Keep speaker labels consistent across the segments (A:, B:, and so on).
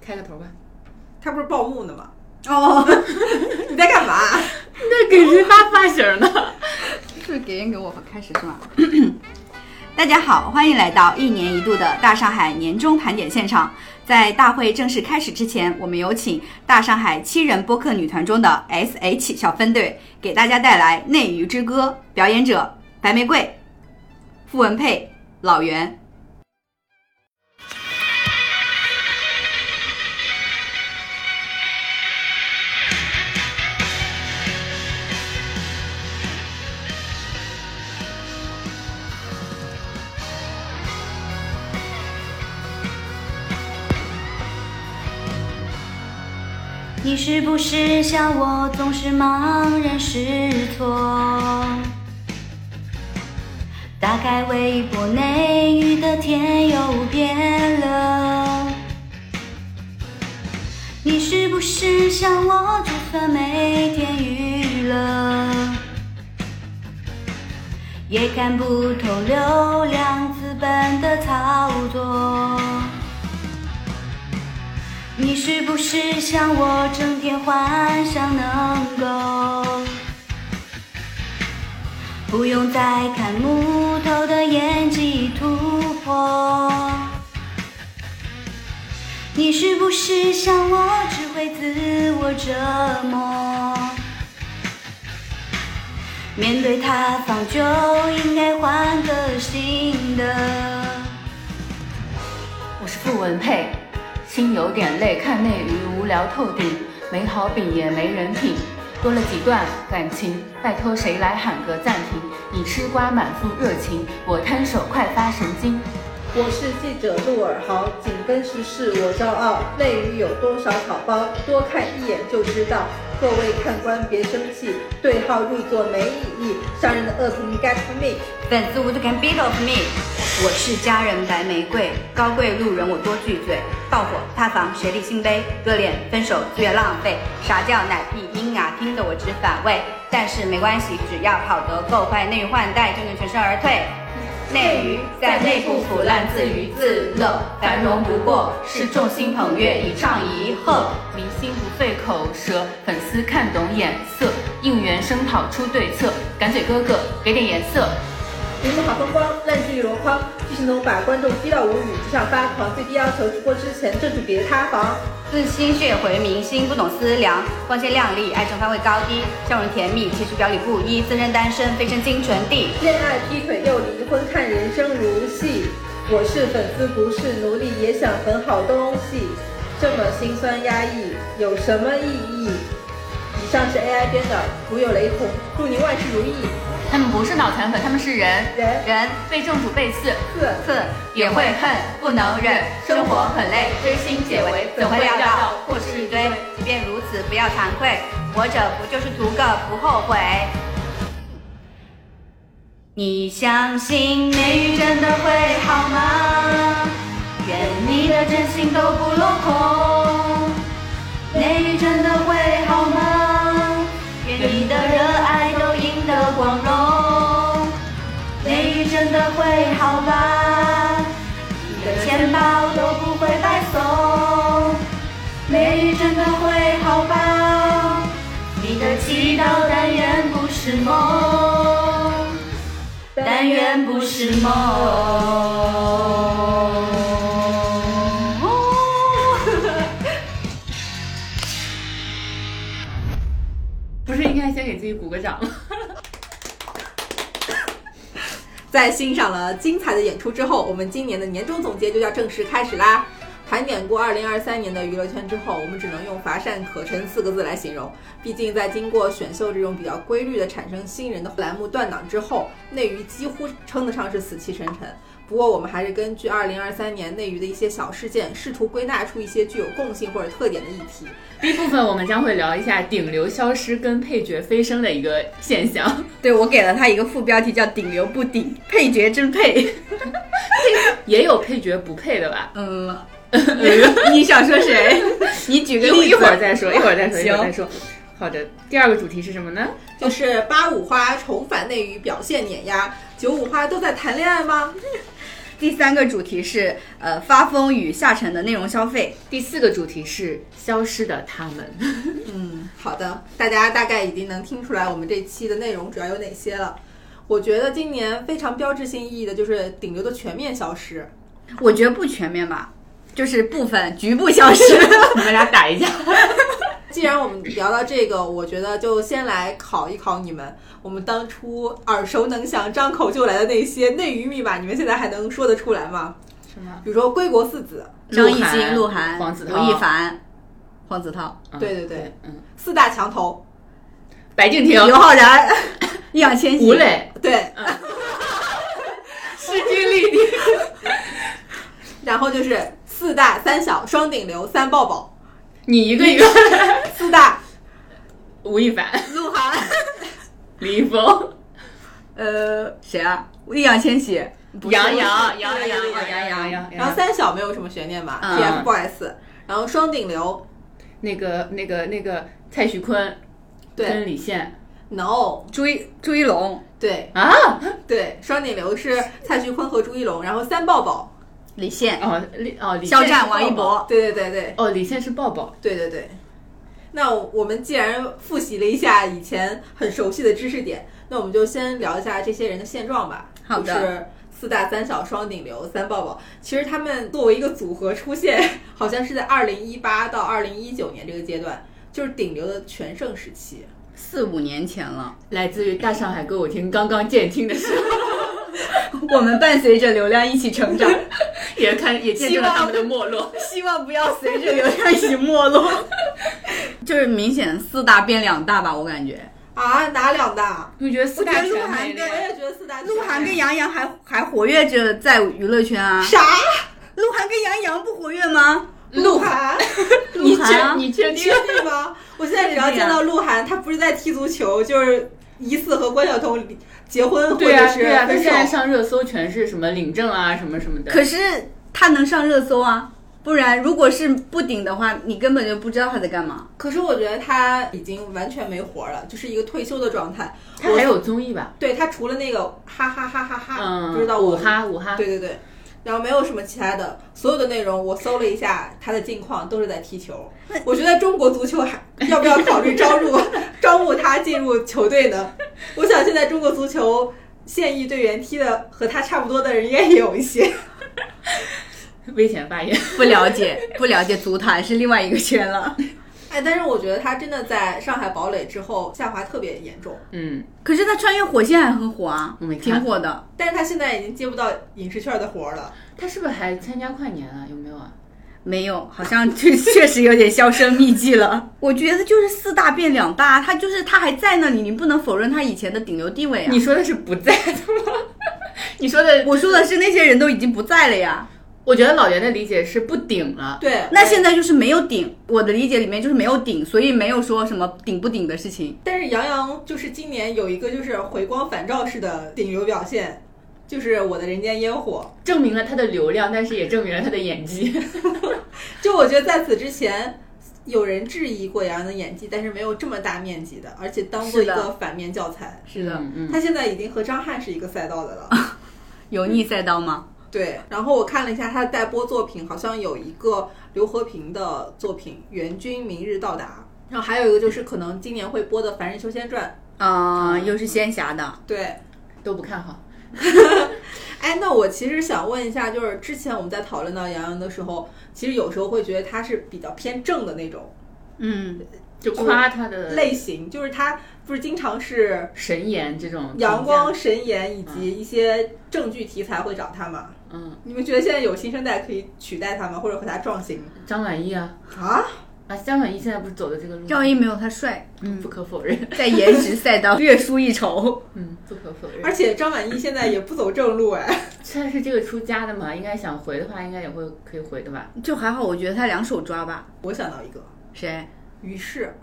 A: 开个头吧。
B: 他不是报幕呢吗？
C: 哦，
B: 你在干嘛？
A: 那给谁搭发型呢？
C: 是给人给我开始是吗？ 大家好，欢迎来到一年一度的大上海年终盘点现场。在大会正式开始之前，我们有请大上海七人播客女团中的 S.H 小分队给大家带来《内娱之歌》，表演者白玫瑰、傅文佩、老袁。
D: 你是不是像我总是茫然失措？大概微博内娱的天又变了。你是不是像我，就算每天娱乐，也看不透流量资本的操作？你是不是像我，整天幻想能够不用再看木头的演技突破？你是不是像我，只会自我折磨？面对塌房就应该换个新的。
E: 我是傅文佩，心有点累，看内娱无聊透顶，没好饼也没人品，多了几段感情，拜托谁来喊个暂停？你吃瓜满腹热情，我摊手快发神经。
F: 我是记者陆尔豪，紧跟时事我骄傲。内娱有多少草包，多看一眼就知道。各位看官别生气，对号入座没意义。商人的恶评 get me。
C: 粉丝 would can beat of me。我是佳人白玫瑰，高贵路人我多拒绝。爆火塌房谁立新碑？热恋分手最浪费。啥叫奶屁音啊？听得我直反胃。但是没关系，只要跑得够快，内娱换代就能全身而退。内娱在内部腐烂，自娱自乐，繁荣不过是众星捧月，一唱一和。
E: 明星不费口舌，粉丝看懂眼色，应援声讨出对策，赶嘴哥哥给点颜色。
F: 荧幕好风光，烂剧一箩筐，剧情能把观众逼到无语，只想发狂。最低要求直播之前正主别塌房。
C: 自心血回明星，不懂思量，光鲜亮丽，爱情番位高低，笑容甜蜜，其实表里不一，自认单身，飞升金唇地。
F: 恋爱、劈腿又离婚，看人生如戏。我是粉丝，不是奴隶，也想很好东西。这么心酸压抑，有什么意义？以上是 AI 编的，如有雷同，祝您万事如意。
E: 他们不是脑残粉，他们是人，
F: 人
C: 人
E: 被正主背刺，
F: 四
C: 次也会恨，不能忍，生活很累，知心解围，总会料到祸事一堆。即便如此，不要惭愧，活着不就是图个不后悔？你相信内娱真的会好吗？
D: 愿你的真心都不落空。内娱真的会好吗？愿你的热爱都赢得光荣。内娱真的会好吗？你的钱包都不会白送。内娱真的会好吗？你的祈祷但愿不是梦，但愿不是梦。
A: 不是应该先给自己鼓个掌吗？
B: 在欣赏了精彩的演出之后，我们今年的年终总结就要正式开始啦。盘点过2023年的娱乐圈之后，我们只能用乏善可陈四个字来形容。毕竟在经过选秀这种比较规律的产生新人的栏目断档之后，内娱几乎称得上是死气沉沉。不过，我们还是根据2023年内娱的一些小事件，试图归纳出一些具有共性或者特点的议题。
A: 第一部分我们将会聊一下顶流消失跟配角飞升的一个现象，
C: 对我给了他一个副标题叫“顶流不顶，配角真配
A: 也有配角不配的吧”。？
C: 嗯， 你想说谁？你举个
A: 一会
C: 例
A: 哎一
C: 子
A: 会儿再说，一会儿再说，
C: 行
A: 一会儿再说。好的，第二个主题是什么呢？
B: 就是八五花重返内娱，表现碾压；九五花都在谈恋爱吗？
C: 第三个主题是呃发疯与下沉的内容消费。
B: 第四个主题是消失的他 们。
F: 嗯，好的，大家大概已经能听出来我们这期的内容主要有哪些了。我觉得今年非常标志性意义的就是顶流的全面消失。
C: 我觉得不全面吧，就是部分局部消失。
B: 你们俩打一架。
F: 既然我们聊到这个，我觉得就先来考一考你们，我们当初耳熟能详、张口就来的那些内娱密码，你们现在还能说得出来吗？
B: 什么？
F: 比如说归国四子，
C: 张艺兴、鹿晗、
B: 黄子韬
C: 吴亦凡、黄子韬、
A: 啊
B: 嗯
F: 对对对，
B: 嗯，
F: 四大强头，
B: 白敬亭、
C: 刘昊然、 易烊千玺。
B: 吴磊，
F: 对，
B: 嗯 势均力敌。
F: 然后就是四大三小、双顶流、三抱抱，
B: 你一个一个，
F: 四大
B: 吴亦凡、
C: 鹿晗，
B: 李易峰、
C: 呃，谁啊？易烊千玺、不是
B: 杨洋、
F: 杨洋
B: 杨洋、
F: 杨
B: 杨洋、杨
F: 然后三小没有什么悬念吧
C: 嗯
F: ，TFBOYS，然后双顶流，
B: 那个、那个、那个蔡徐坤跟
F: 对
B: 李现
F: ，No，
C: 朱一朱一龙、
F: 对
B: 啊，
F: 对，双顶流是蔡徐坤和朱一龙，然后三抱抱，
C: 李现、
B: 哦，李哦，李现
C: 肖
B: 是
C: 战、王一
B: 抱抱，
C: 博。
F: 对对对对
B: 哦，李现是抱抱，
F: 对对对。那我们既然复习了一下以前很熟悉的知识点，那我们就先聊一下这些人的现状吧。
C: 好的
F: 就是四大三小、双顶流、三抱抱。其实他们作为一个组合出现， 好像是在二零一八到二零一九年这个阶段，就是顶流的全盛时期。
C: 四五年前了，
B: 来自于大上海歌舞厅刚刚建厅的时候，
C: 我们伴随着流量一起成长，
B: 也看也见证了
C: 希望
B: 他们的没落。
C: 希望不要随着流量一起没落。 就是明显四大变两大吧，我感觉。
F: 啊，哪两大？
B: 我觉得四大
C: 我觉得鹿
B: 全
C: 晗
B: 美
C: 跟
F: 我
B: 恋，
F: 也觉得四大全
C: 鹿晗跟杨洋还还活跃着在娱乐圈啊，
F: 啥？
C: 鹿晗跟杨洋啊不活跃吗？
F: 鹿晗，
B: 你
C: 鹿晗啊
B: 确你确
F: 你
B: 定
F: 确？定吗？我现在只要见到鹿晗，他不是在踢足球，就是疑似和关晓彤离结婚或
B: 对
F: 者
B: 啊
F: 是
B: 对啊，他
F: 分
B: 现
F: 手。
B: 在上热搜全是什么领证啊什么什么的。
C: 可是他能上热搜啊，不然如果是不顶的话，你根本就不知道他在干嘛。
F: 可是我觉得他已经完全没活了，就是一个退休的状态。
B: 他还有综艺吧？
F: 对他除了那个哈哈哈哈哈，
B: 嗯，
F: 不知道
B: 五
F: 我，
B: 哈五哈。
F: 对对对，然后没有什么其他的，所有的内容我搜了一下他的近况，都是在踢球。我觉得中国足球还要不要考虑招 入招募他进入球队呢？我想现在中国足球现役队员踢的和他差不多的人应该也有一些。
B: 危险发言。
C: 不了解，不了解足坛是另外一个圈了。
F: 哎，但是我觉得他真的在上海堡垒之后下滑特别严重，
B: 嗯，
C: 可是他穿越火线还很火啊
B: 我没，看
C: 挺火的。
F: 但是他现在已经接不到影视圈的活儿了。
B: 他是不是还参加跨年啊？有没有啊？
C: 没有，好像确确实有点销声匿迹了。我觉得就是四大变两大，他就是他还在那里，你不能否认他以前的顶流地位啊
B: 你。说的是不在的吗？ 你说的，
C: 我说的是那些人都已经不在了呀，
B: 我觉得老袁的理解是不顶了。
F: 对，
C: 那现在就是没有顶。我的理解里面就是没有顶，所以没有说什么顶不顶的事情。
F: 但是杨洋就是今年有一个就是回光返照式的顶流表现，就是《我的人间烟火
B: 证明了他的流量，但是也证明了他的演技。》。
F: 就我觉得在此之前，有人质疑过杨洋的演技，但是没有这么大面积的，而且当做一
C: 是
F: 个
C: 的
F: 反面教材。
B: 是的，嗯，
F: 他现在已经和张翰是一个赛道的了。
C: 油腻赛道吗？
F: 对，然后我看了一下他的待播作品，好像有一个刘和平的作品《援军明日到达》，然后还有一个就是可能今年会播的《凡人修仙传
B: 嗯
C: 啊、又是仙侠的，》。
F: 对，
B: 都不看好。
F: 哎，那我其实想问一下，就是之前我们在讨论到杨洋的时候，其实有时候会觉得他是比较偏正的那种
C: 嗯，
B: 就夸他的
F: 类型，就是他不是经常是
B: 神颜这种
F: 阳光
B: 评价，
F: 神颜以及一些正剧题材会找他嘛？
B: 嗯，
F: 你们觉得现在有新生代可以取代他吗？或者和他撞型
B: 张晚意啊
F: 啊？
B: 啊，张晚意现在不是走的这个路，
C: 赵毅没有他帅，
B: 嗯，不可否认，
C: 在颜值赛道略输一筹。
B: 嗯，不可否认
F: 而。且张晚意现在也不走正路哎，
B: 他是这个出家的嘛，应该想回的话，应该也会可以回的吧？
C: 就还好，我觉得他两手抓吧。
F: 我想到一个
C: 谁？
F: 于适。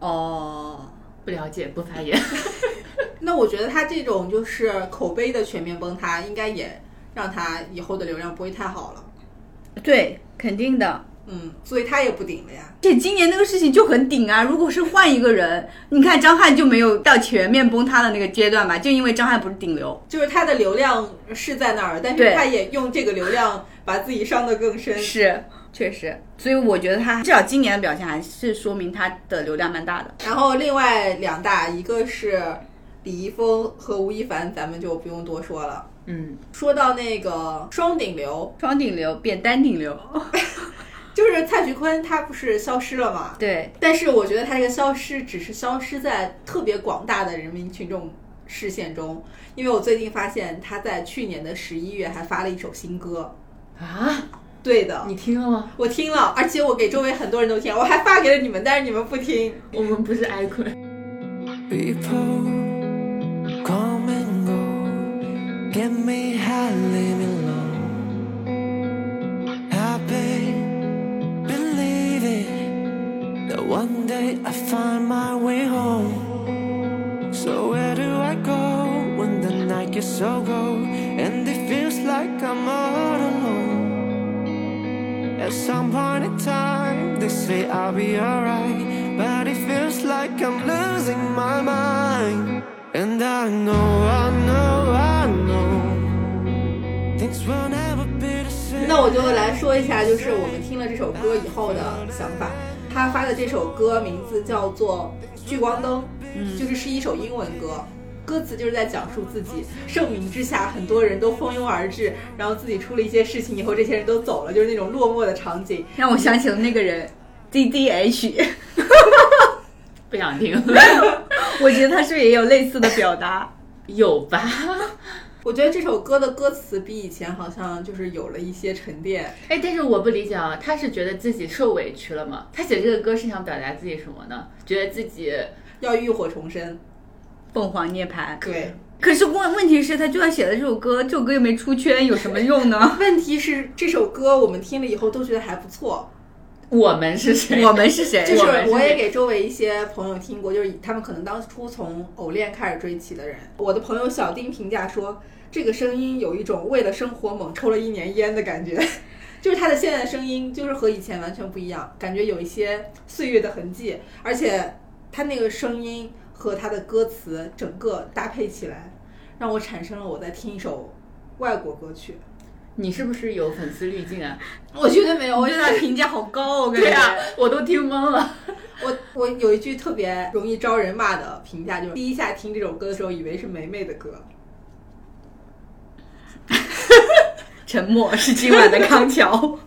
C: 哦，
B: 不了解，不发言。
F: 那我觉得他这种就是口碑的全面崩塌，应该也让他以后的流量不会太好了。
C: 对，肯定的。
F: 嗯，所以他也不顶了呀。
C: 这今年那个事情就很顶啊！如果是换一个人，你看张翰就没有到全面崩塌的那个阶段吧，就因为张翰不是顶流。
F: 就是他的流量是在那儿，但是
C: 对
F: 他也用这个流量把自己伤得更深。
C: 是，确实，所以我觉得他至少今年的表现还是说明他的流量蛮大的。
F: 然后另外两大，一个是李易峰和吴亦凡，咱们就不用多说了。
B: 嗯，
F: 说到那个双顶流，
C: 双顶流变单顶流，
F: 哦就是蔡徐坤，他不是消失了吗？
C: 对，
F: 但是我觉得他这个消失只是消失在特别广大的人民群众视线中，因为我最近发现他在去年的十一月还发了一首新歌。
B: 啊，
F: 对的，
B: 你听了吗？
F: 我听了，而且我给周围很多人都听，我还发给了你们，但是你们不听。
B: 我们不是爱坤，
G: People come and go. Get me high, leave me low. I've been believing that one day I find my way home. So where do I go when the night gets so cold and it feels like I'm all alone? At some point in time, they say I'll be alright. But it feels like I'm losing my mind. And I know, I know, I know. Things will never be the same.
F: 那我就来说一下，就是我们听了这首歌以后的想法。他发的这首歌名字叫做《聚光灯》，就是是一首英文歌，歌词就是在讲述自己盛名之下，很多人都蜂拥而至，然后自己出了一些事情以后，这些人都走了，就是那种落寞的场景。
C: 让我想起了那个人，D D H，
B: 不想听，
C: 我觉得他是不是也有类似的表达？
B: 有吧？
F: 我觉得这首歌的歌词比以前好像就是有了一些沉淀。
B: 哎，但是我不理解啊，他是觉得自己受委屈了吗？他写这个歌是想表达自己什么呢？觉得自己
F: 要浴火重生，
C: 凤凰涅槃。
F: 对。？
C: 可是问问题是，他就算写了这首歌，这首歌又没出圈，有什么用呢
F: 问题是这首歌我们听了以后都觉得还不错，
B: 我们是谁？
C: 我们是谁？
F: 就是
B: 我们是
F: 我也给周围一些朋友听过，就是他们可能当初从偶练开始追起的人。我的朋友小丁评价说，这个声音有一种为了生活猛抽了一年烟的感觉， 就是他的现在声音就是和以前完全不一样，感觉有一些岁月的痕迹，而且他那个声音和他的歌词整个搭配起来，让我产生了我在听一首外国歌曲。
B: 你是不是有粉丝滤镜啊？
F: 我觉得没有，我
C: 我
F: 觉
C: 对
F: 得
C: 他的评价好高哦，我感
B: 对
C: 觉。
B: 呀、我都听懵了。
F: 我我有一句特别容易招人骂的评价，就是第一下听这首歌的时候，以为是梅梅的歌。
C: 沉默是今晚的康桥，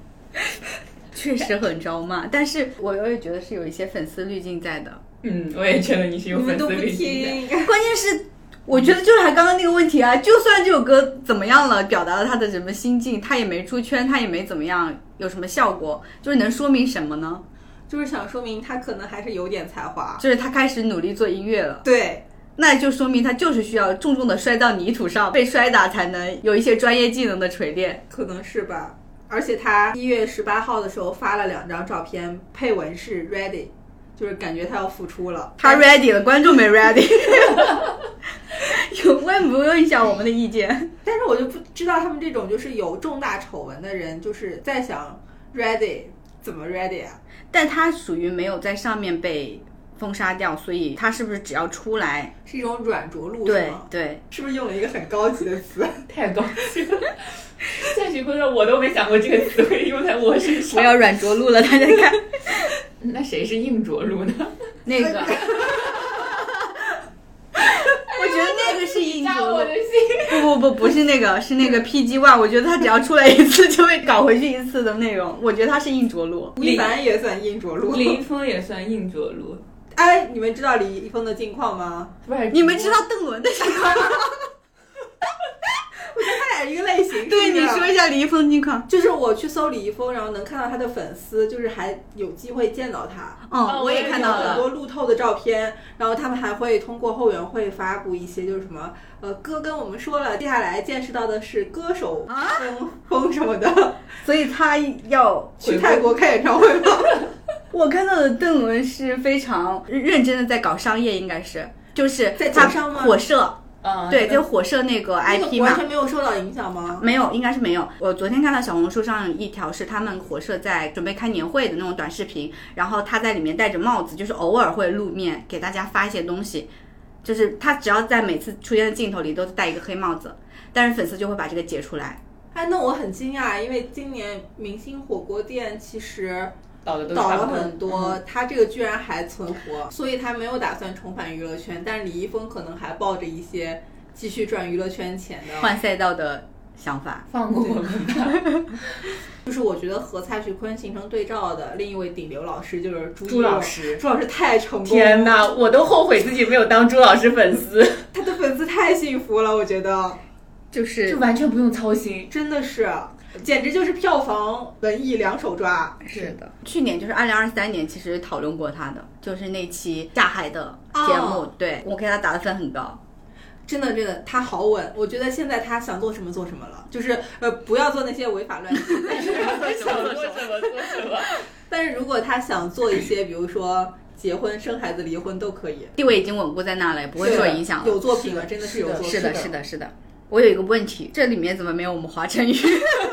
C: 确实很招骂，但是我也觉得是有一些粉丝滤镜在的。
B: 嗯，我也觉得你是有
F: 你们都不。听，
C: 关键是，我觉得就是还刚刚那个问题啊，就算这首歌怎么样了，表达了他的什么心境，他也没出圈，他也没怎么样，有什么效果，就是能说明什么呢？
F: 就是想说明他可能还是有点才华。
C: 就是他开始努力做音乐了，
F: 对，
C: 那就说明他就是需要重重的摔到泥土 上，被摔打才能有一些专业技能的锤炼。
F: 可能是吧。而且他一月十八号的时候发了两张照片，配文是 ready，就是感觉他要复出了。
C: 他 ready 了，观众没 ready。有问不问一下我们的意见？
F: 但是我就不知道他们这种就是有重大丑闻的人，就是在想 ready 怎么 ready 啊？
C: 但他属于没有在上面被封杀掉，所以他是不是只要出来？
F: 是一种软着陆是
C: 对
F: 吗？
C: 对，
F: 是不是用了一个很高级的词？
B: 太高级了。蔡徐坤的我都没想过这个词汇用在我身
C: 我
B: 上。
C: 要软着陆了，大家看
B: 那谁是硬着陆呢？
C: 那 个。我觉得那个是硬
B: 加
C: 着
B: 我
C: 陆
B: 的， 心。
C: 不不不，不是那个，是那个 PG One。我觉得他只要出来一次，就会搞回去一次的内容。我觉得他是硬着 陆。
F: 吴亦凡也算硬着陆。
E: 林峰也算硬着陆，
F: 哎，你们知道李易峰的近况吗？
B: 不是
C: 你们知道邓伦的情况吗？
F: 他哎俩一个类型。
C: 对，
F: 是不
C: 你
F: 是啊
C: 说。一下 李易峰近况。
F: 就是我去搜李易峰，然后能看到他的粉丝，就是还有机会见到他。
C: 嗯，
B: 我
C: 我
B: 也
C: 也看
F: 有
C: 到
F: 很
C: 了。
F: 多路透的照片，然后他们还会通过后援会发布一些，就是什么呃，哥跟我们说了，接下来见识到的是歌
C: 哦
F: 手风风什么 的，
C: 啊所以他要
F: 去泰国开演唱会吗？
C: 我看到的邓伦是非常认真的在搞商业，应该是就是
F: 在
C: 他
F: 经商吗
C: 火社，
B: 嗯，
C: 对，就火社那个
F: 那个
C: IP
F: 完
C: 嘛
F: 全，没有受到影响吗？
C: 没有，应该是没有。我昨天看到小红书上一条是他们火社在准备开年会的那种短视频，然后他在里面戴着帽子，就是偶尔会露面给大家发一些东西，就是他只要在每次出现的镜头里都戴一个黑帽子，但是粉丝就会把这个截出来。
F: 哎，那我很惊讶，因为今年明星火锅店其实
B: 倒的都
F: 倒
B: 差
F: 了
B: 不多嗯
F: 很多，它这个居然还存活，所以他没有打算重返娱乐圈，但是李易峰可能还抱着一些继续赚娱乐圈钱的，
C: 换赛道的想法，
B: 放过我们吧。
F: 就是我觉得和蔡徐坤形成对照的另一位顶流老师就是朱
B: 朱老
F: 一龙，
B: 师，
F: 朱老师太成功了，
B: 天哪，我都后悔自己没有当朱老师粉丝，
F: 他的粉丝太幸福了，我觉得
C: 就是
B: 就完全不用操心。
F: 真的是，简直就是票房文艺两手抓。
B: 是
C: 的，去年就是二零二三年，其实讨论过他的，就是那期下海的节目，
F: 哦
C: 对我给他打的分很高。
F: 真的，真的，他好稳。我觉得现在他想做什么做什么了，就是呃，不要做那些违法乱纪。但是
B: 想做什么做什么，
F: 但是如果他想做一些，比如说结婚、生孩子、离婚都可以，
C: 地位已经稳固在那了，也不会受影响了。
F: 有作品了，真的是有作品。
C: 是的，是的，是的。我有一个问题，这里面怎么没有我们华晨宇？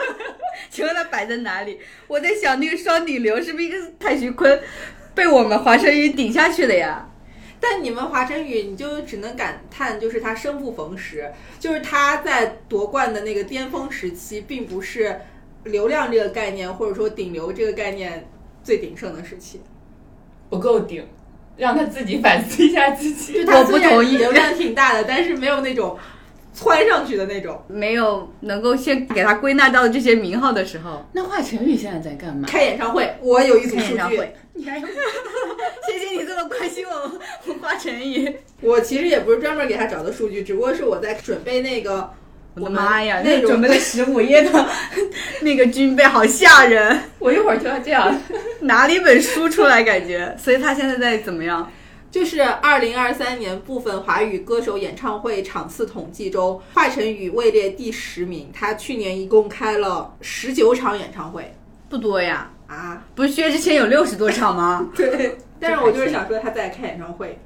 C: 请问它摆在哪里？我在想那个双顶流是不是一个蔡徐坤被我们华晨宇顶下去的呀？
F: 但你们华晨宇，你就只能感叹，就是他生不逢时，就是他在夺冠的那个巅峰时期，并不是流量这个概念或者说顶流这个概念最鼎盛的时期。
B: 不够顶，让他自己反思一下自己。
F: 就他
C: 我不
F: 虽然
C: 同意
F: 流量挺大的，但是没有那种窜上去的那种。
C: 没有能够先给他归纳到这些名号的时候，
B: 那华晨宇现在在干嘛？
F: 开演唱会，我有一组
C: 开
F: 数
C: 演唱
F: 据，
C: 会。你还有？谢谢你这么关心我们我们华晨宇。
F: 我其实也不是专门给他找的数据，只不过是我在准备那个
C: 我的
F: 们
C: 妈呀，
F: 那
C: 那准备了十五页的 那个军备好吓人，
B: 我一会儿就要这样。
C: 拿了一本书出来感觉。所以他现在在怎么样？
F: 就是二零二三年部分华语歌手演唱会场次统计中，华晨宇位列第十名。他去年一共开了十九场演唱会
C: 不多呀。
F: 啊，
C: 不是薛之谦有六十多场吗？
F: 对。但是我就是想说他在开演唱会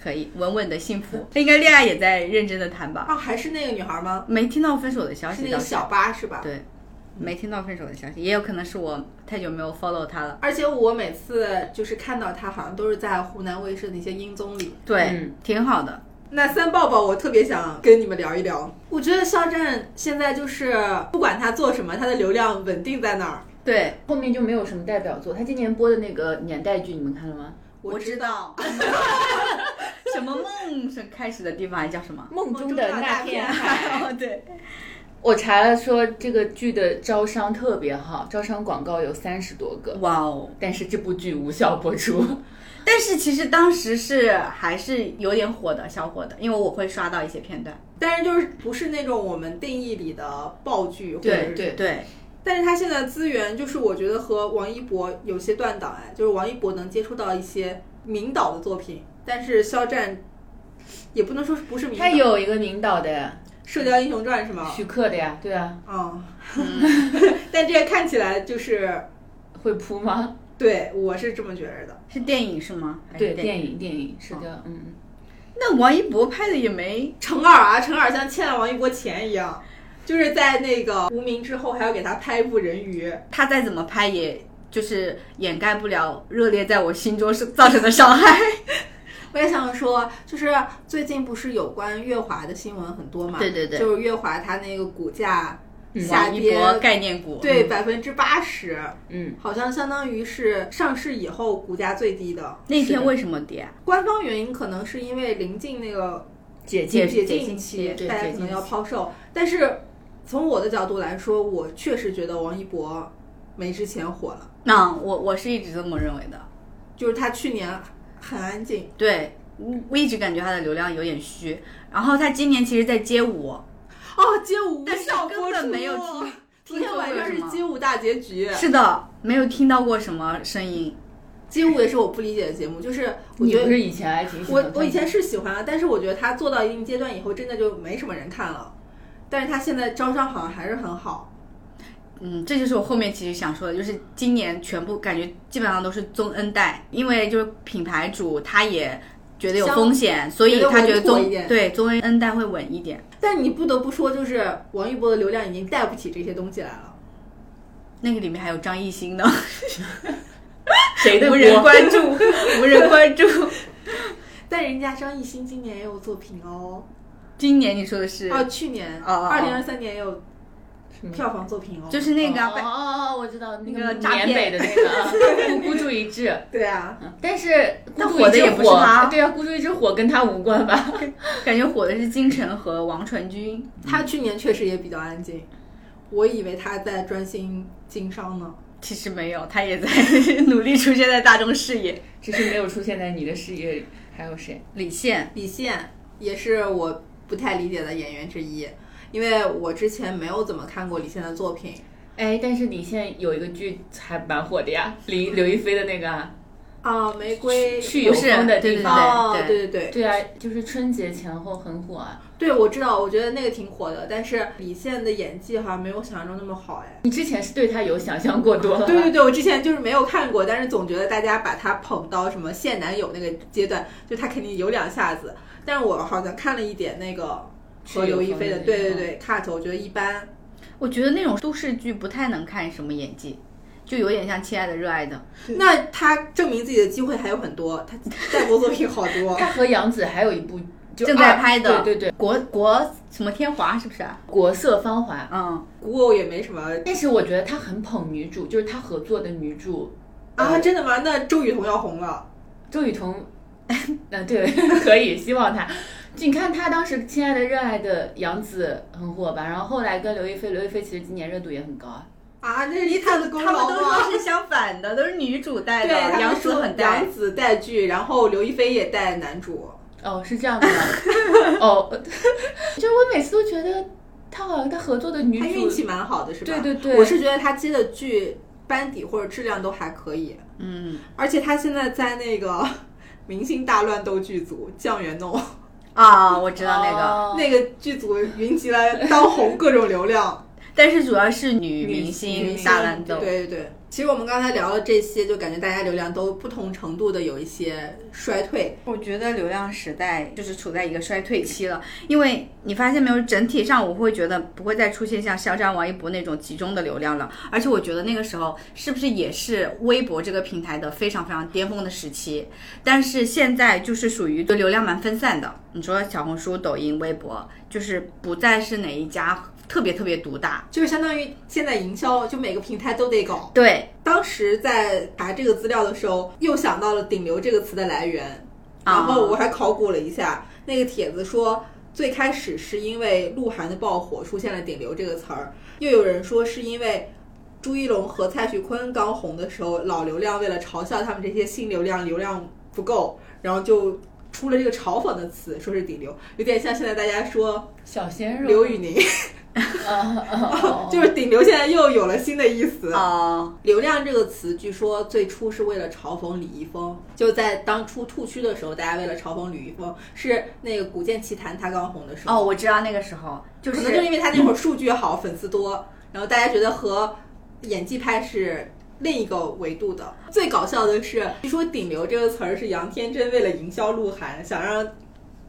C: 可以，稳稳的幸福。应该恋爱也在认真的谈吧？
F: 啊，还是那个女孩吗？
C: 没听到分手的消
F: 是
C: 息
F: 那
C: 倒
F: 个
C: 是，
F: 小八是吧？
C: 对没听到分手的消息，也有可能是我太久没有 follow 他了。
F: 而且我每次就是看到他，好像都是在湖南卫视那些音综里。
C: 对，
B: 嗯
C: 挺好的。
F: 那三抱抱，我特别想跟你们聊一聊。我觉得肖战现在就是不管他做什么，他的流量稳定在那儿。
B: 对，后面就没有什么代表作。他今年播的那个年代剧，你们看了吗？
F: 我知
C: 道，什么梦是开始的地方还叫什么？
B: 梦
F: 中的那片海。
C: 哦，对，
B: 我查了，说这个剧的招商特别好，招商广告有三十多个，
C: 哇哦！
B: 但是这部剧无效播出。
C: 但是其实当时是还是有点火的，小火的，因为我会刷到一些片段。
F: 但是就是不是那种我们定义里的爆剧，或者是，
C: 对，
F: 但是他现在资源就是我觉得和王一博有些断档哎，就是王一博能接触到一些名导的作品，但是肖战也不能说是不是名导，
B: 他有一个领导的呀，
F: 《射雕英雄传》是吗？
B: 徐克的呀，对啊，
F: 嗯， 但这看起来就是
B: 会扑吗？
F: 对我是这么觉着的。
C: 是电影是吗？还是
B: 对，
C: 电影。
B: 电影电影是的，嗯，
C: 那王一博拍的也没
F: 程耳啊，程耳像欠了王一博钱一样，就是在那个无名之后还要给他拍一部《人鱼》。
C: 他再怎么拍，也就是掩盖不了热烈在我心中是造成的伤害。
F: 我也想说，就是最近不是有关月华的新闻很多嘛？
C: 对对对
F: 就是月华它那个股价下
C: 王一嗯
F: 跌，
C: 博概念股，
F: 对百分之八十，
B: 嗯，
F: 好像相当于是上市以后股价最低的。
C: 那天为什么跌啊？
F: 官方原因可能是因为临近那个
B: 解
C: 解
F: 解
C: 解
F: 禁
C: 禁
F: 期，
B: 对
F: 大家
B: 解
F: 可
B: 禁
F: 能要
B: 期
F: 抛售。但是从我的角度来说，我确实觉得王一博没之前火了，
C: 那、我我是一直这么认为的。
F: 就是他去年很安静，
C: 对，嗯我一直感觉他的流量有点虚。然后他今年其实在街舞，
F: 哦，街舞
C: 但是
F: 上
C: 根
F: 播
C: 本
F: 出
C: 没有听
F: 昨天晚上
C: 听说过什
F: 是
C: 么
F: 街舞大结局，
C: 是的，没有听到过什么声音。
F: 街舞也是我不理解的节目，就是我
B: 你
F: 觉
B: 不
F: 得
B: 是以前还挺喜欢
F: 我
B: 看
F: 我以前是喜欢的，啊但是我觉得他做到一定阶段以后，真的就没什么人看了。但是他现在招商好像还是很好，
C: 嗯，这就是我后面其实想说的，就是今年全部感觉基本上都是宗恩代，因为就是品牌主他也觉得有
F: 相
C: 风险，所以
F: 觉得
C: 他觉得
F: 稳妥
C: 宗
F: 一点
C: 对宗恩恩代会稳一点。
F: 但你不得不说，就是王一博的流量已经带不起这些东西来了。
C: 那个里面还有张艺兴呢，
B: 谁的
C: 无
B: 锅
C: 人关 注，无人关注。
F: 但人家张艺兴今年也有作品哦，
C: 今年你说的是，
F: 啊，去年，
C: 哦哦哦
F: 二零二三年也有票房作品哦，
C: 就是那个、
B: 哦哦哦哦，我知道那
C: 那
B: 个
C: 个诈骗
B: 缅北的那个 啊孤孤注一掷，
F: 对啊，
B: 嗯但是
C: 但
B: 孤注
C: 火
B: 一
C: 的
B: 掷
C: 也不是
B: 火
C: 他
B: 对啊，孤注一掷火跟他无 关吧？
C: 感觉火的是金晨和王传君。
F: 他去年确实也比较安静，我以为他在专心经商呢。
C: 其实没有，他也在 努力出现在大众视野。
B: 只是没有出现在你的视野里，还有谁？
C: 李现，
F: 李现也是我不太理解的演员之一，因为我之前没有怎么看过李现的作品。
B: 哎，但是李现有一个剧还蛮火的呀，林刘亦菲的那个啊
F: 啊，玫瑰
B: 去有
C: 不是
B: 风的
C: 对
B: 地
C: 对
B: 方。
F: 哦，
C: 对
F: 对对对，
B: 对啊，就是春节前后很火啊。
F: 对我知道，我觉得那个挺火的，但是李现的演技好像没有想象中那么好哎。
B: 你之前是对他有想象过多了吧？
F: 对对对，我之前就是没有看过，但是总觉得大家把他捧到什么现男友那个阶段，就他肯定有两下子。但是我好像看了一点那个和刘亦菲的，对对
C: 嗯
F: 对 cut，我觉得一般。
C: 我觉得那种都市剧不太能看什么演技，就有点像《亲爱的热爱的》。
F: 那他证明自己的机会还有很多， 他代播作品好多。
B: 他和杨紫还有一部就
C: 正在
B: 二
C: 拍的
B: 对对对，
C: 国国什么天华是不是啊？
B: 国色芳华。
C: 嗯，
F: 古偶也没什么
B: 但是我觉得他很捧女主，就是他合作的女主
F: 啊，
B: 呃
F: 真的吗？那周雨彤要红了，
B: 周雨彤，嗯、对，可以，希望她。你看她当时《亲爱的热爱的》杨紫很火吧，然后后来跟刘亦菲，刘亦菲其实今年热度也很高啊。
F: 啊，这是一他的功
C: 他们
F: 劳
C: 都说
F: 吗？
C: 是相反的，都是女主带
F: 对，
C: 的，
F: 他
C: 杨
F: 们
C: 紫
F: 说
C: 很带
F: 杨。紫带剧，然后刘亦菲也带男主。
B: 哦，是这样的吗，哦， 就是我每次都觉得她好像她合作的女
F: 他
B: 主
F: 运气蛮好的，是吧？
B: 对对对
F: 我是觉得他接的剧班底或者质量都还可以，
C: 嗯
F: 而且他现在在那个 《明星大乱斗》剧组酱园弄、
C: 啊，我知道那个，
B: 哦
F: 那个剧组云集了当红各种流量
C: 但是主要是女 明
F: 女
C: 星
F: 星
C: 大乱斗。
F: 对对对。其实我们刚才聊了这些，就感觉大家流量都不同程度的有一些衰退。
C: 我觉得流量时代就是处在一个衰退期了，因为你发现没有，整体上我会觉得不会再出现像肖战、王一博那种集中的流量了，而且我觉得那个时候是不是也是微博这个平台的非常非常巅峰的时期？但是现在就是属于流量蛮分散的，你说小红书、抖音、微博，就是不再是哪一家特别特别独大。
F: 就是相当于现在营销，就每个平台都得搞。
C: 对
F: 当时在查这个资料的时候，又想到了“顶流”这个词的来源，
C: 啊
F: 然后我还考古了一下，那个帖子说最开始是因为鹿晗的爆火出现了“顶流”这个词儿，又有人说是因为朱一龙和蔡徐坤刚红的时候，老流量为了嘲笑他们这些新流量流量不够，然后就出了这个嘲讽的词，说是“顶流”，有点像现在大家说
B: 小鲜肉
F: 刘宇宁，
B: 啊啊啊
F: 就是“顶流”现在又有了新的意思。
C: 哦，
F: 流量这个词，据说最初是为了嘲讽李易峰，就在当初兔区的时候，大家为了嘲讽李易峰，是那个《古剑奇谭》他刚红的时候，
C: 哦，我知道那个时候就是
F: 啊可能就是因为他那会儿数据好，粉丝多，然后大家觉得和演技派是另一个维度的。最搞笑的是，据说“顶流”这个词儿是杨天真为了营销鹿晗，想让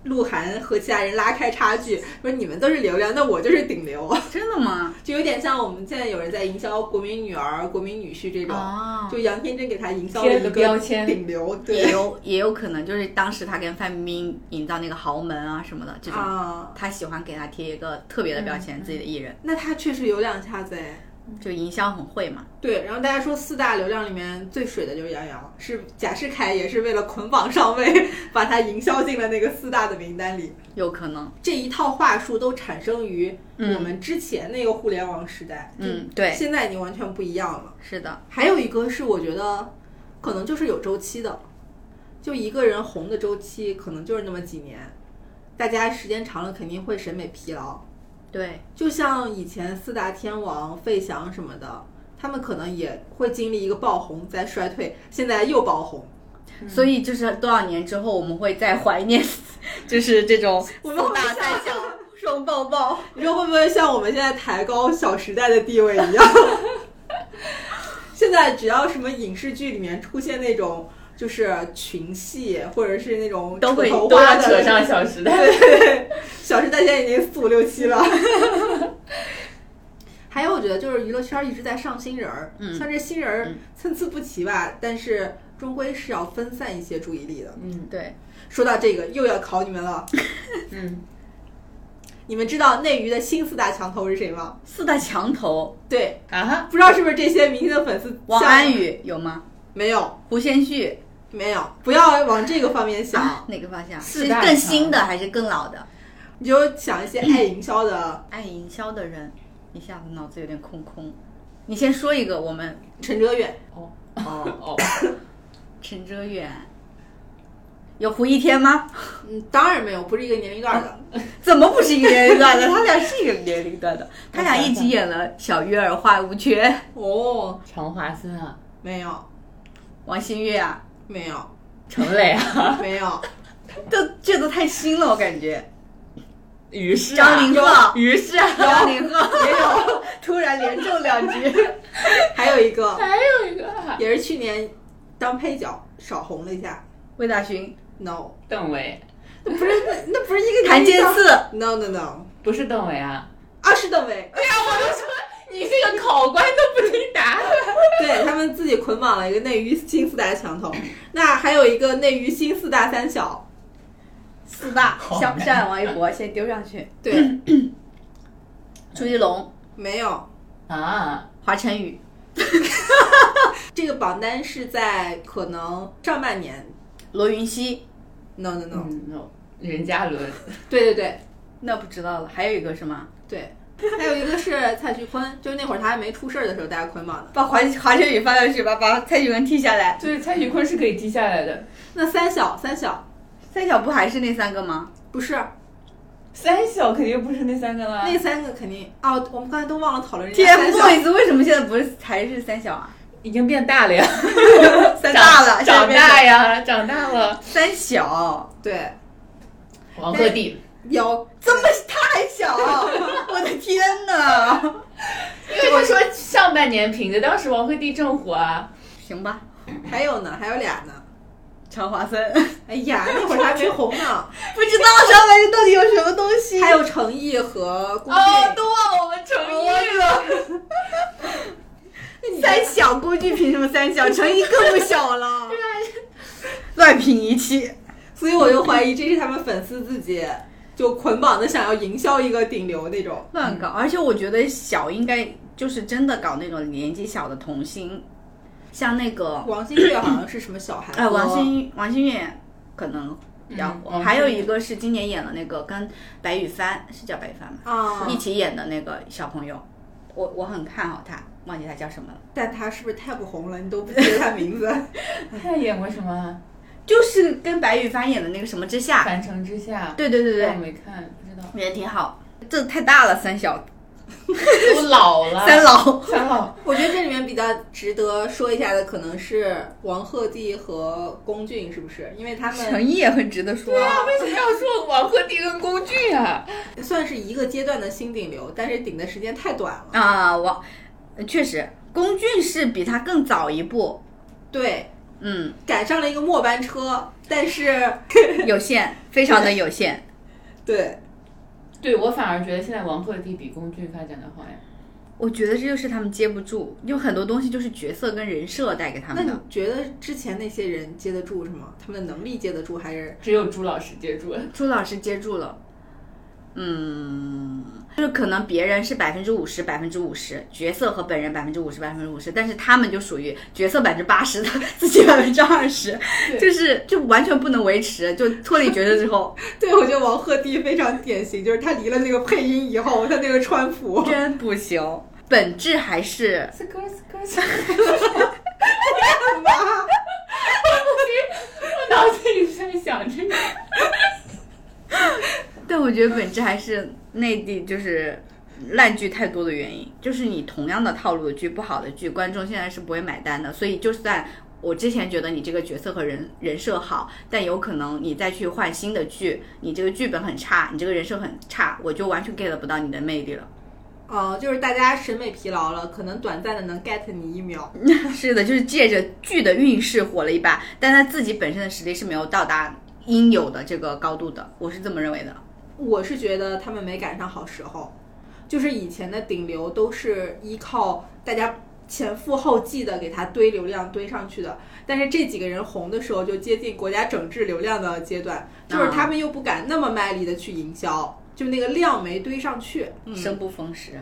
F: 鹿晗和其他人拉开差距，说你们都是流量，那我就是顶流，
C: 真的吗？
F: 就有点像我们现在有人在营销国民女儿、国民女婿这种。
C: 哦，
F: 就杨天真给他营造
B: 贴
F: 嗯了
B: 了
F: 一
B: 个标签
F: 顶流，
C: 也
F: 对
C: 有也有可能就是当时他跟范冰冰营造那个豪门啊什么的这种，
F: 啊，
C: 他喜欢给他贴一个特别的标签，自己的艺人
F: 那他确实有两下子哎。
C: 就营销很会嘛。
F: 对，然后大家说四大流量里面最水的就是杨洋，是贾士凯也是为了捆绑上位，把他营销进了那个四大的名单里。
C: 有可能，
F: 这一套话术都产生于
C: 嗯
F: 我们之前那个互联网时代，
C: 嗯，对，
F: 现在已经完全不一样了。
C: 是的，
F: 还有一个是我觉得可能就是有周期的，就一个人红的周期可能就是那么几年，大家时间长了肯定会审美疲劳。
C: 对，
F: 就像以前四大天王费翔什么的，他们可能也会经历一个爆红再衰退，现在又爆红。
C: 所以就是多少年之后，我们会再怀念， 就是这种
F: 我们
C: 大
F: 大
C: 三小双抱抱。
F: 你说会不会像我们现在抬高《小时代》的地位一 样？现在只要什么影视剧里面出现那种。就是群戏，或者是那种
B: 都会
F: 扯头
B: 都
F: 花的
B: 要扯上《小时代》。
F: 小时代现在已经四五六 七了。还有，我觉得就是娱乐圈一直在上新人儿，
C: 嗯
F: 像这新人儿
C: 嗯
F: 参差不齐吧，但是终归是要分散一些注意力的。
B: 嗯，
C: 对，
F: 说到这个，又要考你们了。
B: 嗯，
F: 你们知道内娱的新四大墙头是谁吗？
C: 四大墙头，
F: 对，
B: 啊哈，
F: 不知道是不是这些明星的粉丝？
C: 王安
F: 宇
C: 宇有吗？
F: 没有，
C: 胡先煦
F: 没有，不要往这个方面想，
C: 啊，哪个方向？
B: 四
C: 是
B: 大
C: 更
B: 墙
C: 新的还是更老的？
F: 你就想一些爱营销的
C: 爱营销的人，一下子脑子有点空空。你先说一个，我们
F: 陈哲远。
B: 哦哦，
C: 陈哲远有胡一天吗？
F: 嗯，当然没有，不是一个年龄段的。
C: 怎么不是一个年龄段的？他俩是一个年龄段的，他俩一起演了《小鱼儿花无缺》，
F: 哦，
B: 常华森啊，
F: 没有，
C: 王馨岳啊，
F: 没有，
B: 程磊啊，
F: 没有，
C: 这这都太新了，我感觉。
B: 于是啊
C: 张凌赫，
B: 于是啊，
C: 张凌赫也有，突然连中两局。
F: 还有一个
B: 还有一个啊
F: 也是去年当配角少红了一下。
C: 魏大勋、
F: No，
B: 邓伟，
F: 那不是那那不是 一个
C: 谭健
F: 年龄段。
C: 次，
F: No No No，
B: 不是邓伟啊，
F: 啊是邓伟，
B: 你这个考官都不听答案。
F: 对他们自己捆绑了一个内娱新四大墙头，那还有一个内娱新四大三小。
C: 四大
B: 好
C: 想
B: 难
C: 不上王一博，先丢上去。
F: 对，
C: 朱一龙、
F: 没有。
B: 啊，
C: 华晨宇，
F: 这个榜单是在可能上半年。
C: 罗云熙，
F: No No No，、
B: 嗯，no，任嘉伦，
F: 对对对
C: 那不知道了。还有一个是吗？
F: 对，还有一个是蔡徐坤，就是那会儿他还没出事儿的时候，大家捆绑的。
C: 把华华晨宇放上去吧，把蔡徐坤踢下来。
B: 对，蔡徐坤是可以低下来的。
F: 那三小三小
C: 三小不还是那三个吗？
F: 不是
B: 三小肯定不是那三个啦
F: 那三个肯定啊，我们刚才都忘了讨论人
B: 啊
F: 家三小，
C: TFBOYS 为什么现在不是还是三小啊？
B: 已经变大了呀，
C: 三大了，现在
B: 长
C: 变成
B: 大呀，长大了。
C: 三小，
F: 对，
B: 王鹤棣，
F: 有
C: 这么太小， 我的天呐！
B: 因为他说上半年评的，当时王鹤棣正火啊。
C: 行吧，
F: 还有呢，还有俩呢。
C: 常华森，
F: 哎呀，那会儿还没 红呢。
C: 不知道上半身到底有什么东西
F: 还有成毅和郭
B: 哦，
F: 靖，
B: 都忘我们成毅了。
C: 三小，郭靖凭什么三小？成毅更不小 了，
B: 啊
C: 乱评一气。
F: 所以我就怀疑这是他们粉丝自己就捆绑的，想要营销一个顶流那种。
B: 嗯
C: 乱搞，而且我觉得小应该就是真的搞那种年纪小的童星，像那个，
F: 王心岳好像是什么小孩
C: 哎，王心王心岳可能比较火，
B: 嗯
C: 还有一个是今年演了那个跟白宇帆是叫白宇帆吗？
F: 啊
C: 一，起演的那个小朋友，我我很看好他，忘记他叫什么了，
F: 但他是不是太不红了？你都不记得他名字？
B: 他演过什么？
C: 就是跟白宇帆演的那个什么之
B: 《
C: 下，
B: 凡城之下》。
C: 对对对
B: 我
C: 对，
B: 没看，不知道。
C: 人挺好。这太大了，三小
B: 都老了。
C: 三老，
B: 三 老。
F: 我觉得这里面比较值得说一下的，可能是王鹤棣和龚俊，是不是？因为他
C: 陈
F: 们
C: 毅也很值得说。
B: 为什么要说王鹤棣跟龚俊啊？
F: 算是一个阶段的新顶流，但是顶的时间太短了。
C: 啊，我确实，龚俊是比他更早一步，
F: 对，
C: 嗯，
F: 赶上了一个末班车，但是
C: 有限，非常的有限。
F: 对，
B: 对我反而觉得现在王鹤棣比龚俊发展的好呀。
C: 我觉得这就是他们接不住，有很多东西就是角色跟人设带给他
F: 那
C: 们
F: 你
C: 的。
F: 觉得之前那些人接得住是吗？他们的能力接得住，还是
B: 只有朱老师接住了。
C: 朱老师接住了，嗯，就是可能别人是百分之五十，百分之五十角色和本人百分之五十，百分之五十，但是他们就属于角色百分之八十，他 自己百分之二十，
B: 对
C: 就是就完全不能维持，就脱离角色之后，
F: 对，我觉得王鹤棣非常典型，就是他离了那个配音以后，他那个川 普，
C: 真不行。本质还是
B: 四哥，四 哥，四哥，我脑子里在想这个。
C: 但我觉得本质还是内地就是烂剧太多的原因，就是你同样的套路的剧，不好的剧，观众现在是不会买单的。所以就算我之前觉得你这个角色和人人设好，但有可能你再去换新的剧，你这个剧本很差，你这个人设很差，我就完全 get 不到你的魅力了。
F: 呃，就是大家审美疲劳了，可能短暂的能 get 你一秒。
C: 是的，就是借着剧的运势火了一把，但他自己本身的实力是没有到达应有的这个高度的，我是这么认为的。
F: 我是觉得他们没赶上好时候，就是以前的顶流都是依靠大家前赴后继的给他堆流量堆上去的，但是这几个人红的时候就接近国家整治流量的阶段，就是他们又不敢那么卖力的去营销，就那个量没堆上去。
C: 生不逢时，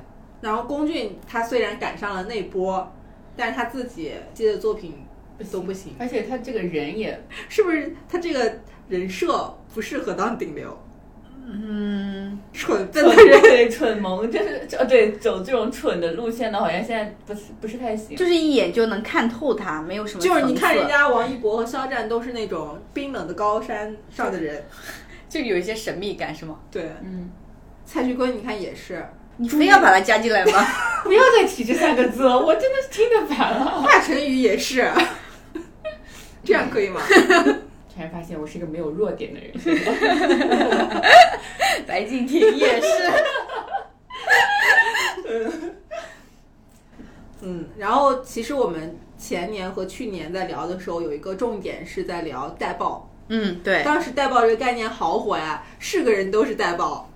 F: 然后龚俊他虽然赶上了那波，但是他自己接的作品都不行，
B: 而且他这个人也
F: 是不是？他这个人设不适合当顶流，
C: 嗯，
F: 蠢笨的人。
B: 对蠢萌，就是哦，对，走这种蠢的路线的，好像现在不是不是太行。
C: 就是一眼就能看透他，没有什么
F: 就是你
C: 层
F: 看
C: 次
F: 人家王一博和肖战都是那种冰冷的高山上的人，
C: 就有一些神秘感是吗？
F: 对，
B: 嗯，
F: 蔡徐坤你看也是，
C: 你非要把它加进来吗？
B: 不要再提这三个字了，我真的是听得烦了。
F: 华晨宇也是， 这样可以吗？
B: 突然发现我是一个没有弱点的人， 现在
C: 白敬亭也是，
F: 嗯，然后其实我们前年和去年在聊的时候，有一个重点是在聊带爆，
C: 嗯，对，
F: 当时带爆这个概念好火呀，是个人都是带爆。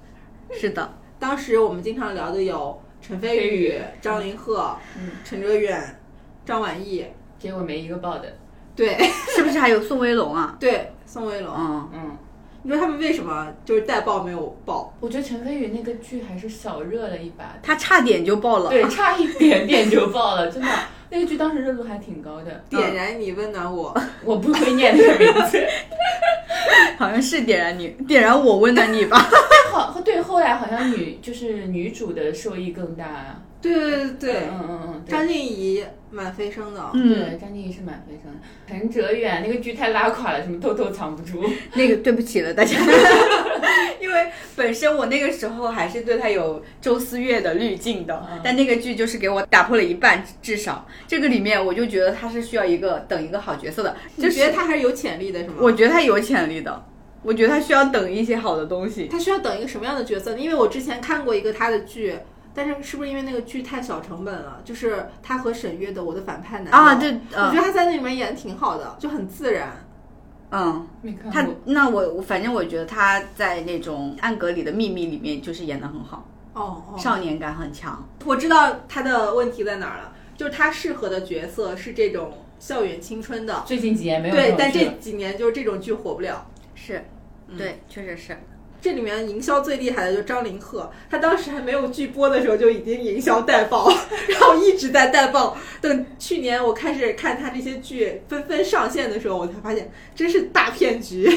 C: 是的，
F: 当时我们经常聊的有陈飞宇、嗯
B: 飞宇
F: 张凌赫、陈哲远、张晚意，
B: 结果没一个报的。
F: 对
C: 是不是还有宋威龙啊？
F: 对，宋威龙。
C: 嗯，
B: 嗯，
F: 你说他们为什么就是带爆没有爆？
B: 我觉得陈飞宇那个剧还是小热了一把，
C: 他差点就爆了，
B: 对，差一点点就爆了，真的。那个剧当时热度还挺高的，嗯
F: 点燃你，温暖我。
B: 我不会念那个名字。
C: 好像是点燃你，点燃我温暖你 吧。
B: 好，对，后来好像女就是女主的受益更大啊。
F: 对对对对，嗯
B: 嗯嗯嗯，对
F: 张婧仪满飞升的。啊
C: 嗯
B: 对，张婧仪是满分生的。陈哲远那个剧太拉垮了，什么偷偷藏不住。
C: 那个对不起了大 家，因为本身我那个时候还是对他有周思悦的滤镜的，
B: 嗯
C: 但那个剧就是给我打破了一半，至少这个里面我就觉得他是需要一个等一个好角色的，
F: 就
C: 就
F: 觉得
C: 是
F: 他还是有潜力的，是吗？
C: 我觉得他有潜力的，我觉得他需要等一些好的东西。
F: 他需要等一个什么样的角色呢？因为我之前看过一个他的剧，但是是不是因为那个剧太小成本了？就是他和沈月的《我的反派男友》
C: 啊，对，
F: 我觉
C: 嗯
F: 得他在那里面演的挺好的，就很自然。
C: 嗯，
B: 没看
C: 他
B: 过。
C: 那我我反正我觉得他在那种暗格里的秘密里面就是演的很好，
F: 哦哦，
C: 少年感很强。
F: 我知道他的问题在哪儿了，就是他适合的角色是这种校园青春的，
B: 最近几年没有
F: 对，
B: 种
F: 但
B: 剧
F: 这
B: 了
F: 几年就是这种剧火不了。
C: 是，对，确实是。
F: 这里面营销最厉害的就是张凌赫，他当时还没有剧播的时候就已经营销带爆， 然后一直在带爆。等去年我开始看他这些剧纷纷上线的时候，我才发现真是大骗 局。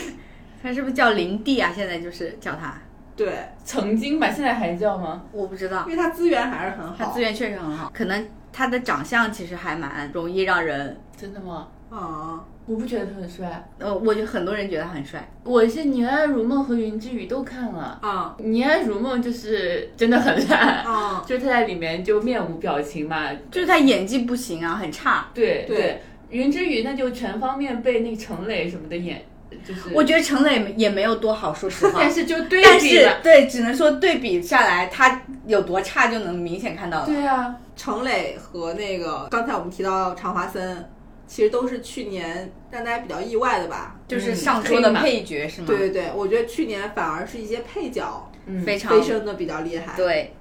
C: 他是不是叫林地啊？现在就是叫他，
F: 对，
B: 曾经吧，现在还叫吗？
C: 我不知道
F: 因。为他资源还是很
C: 他
F: 好
C: 资。源确实很好，可能他的长相其实还蛮容易让人，
B: 真的吗？
F: 啊、
B: 我不觉得他很帅。
C: 呃，我觉得很多人觉得他很帅。
B: 我是《你爱如梦》和《云之羽》都看了，
F: 啊
B: 《你爱如梦》就是真的很烂，
F: 啊！
B: 就是他在里面就面无表情嘛。
C: 就是他演技不行啊，很差。
B: 对
F: 对
B: 对，云之羽那就全方面被那陈磊什么的演，就是
C: 我觉得陈磊也没有多好，说实话
B: 但。是就对
C: 但
B: 比
C: 是
B: 吧。
C: 对，只能说对比下来，他有多差就能明显看到了。
B: 对啊，
F: 程磊和那个刚才我们提到常华森，其实都是去年让大家比较意外的吧。
C: 就是
B: 嗯
C: 上桌的
B: 黑马
C: 配角是吗？
F: 对对对，我觉得去年反而是一些配角
B: 嗯，
C: 非常
F: 飞升的比较厉害。
C: 对，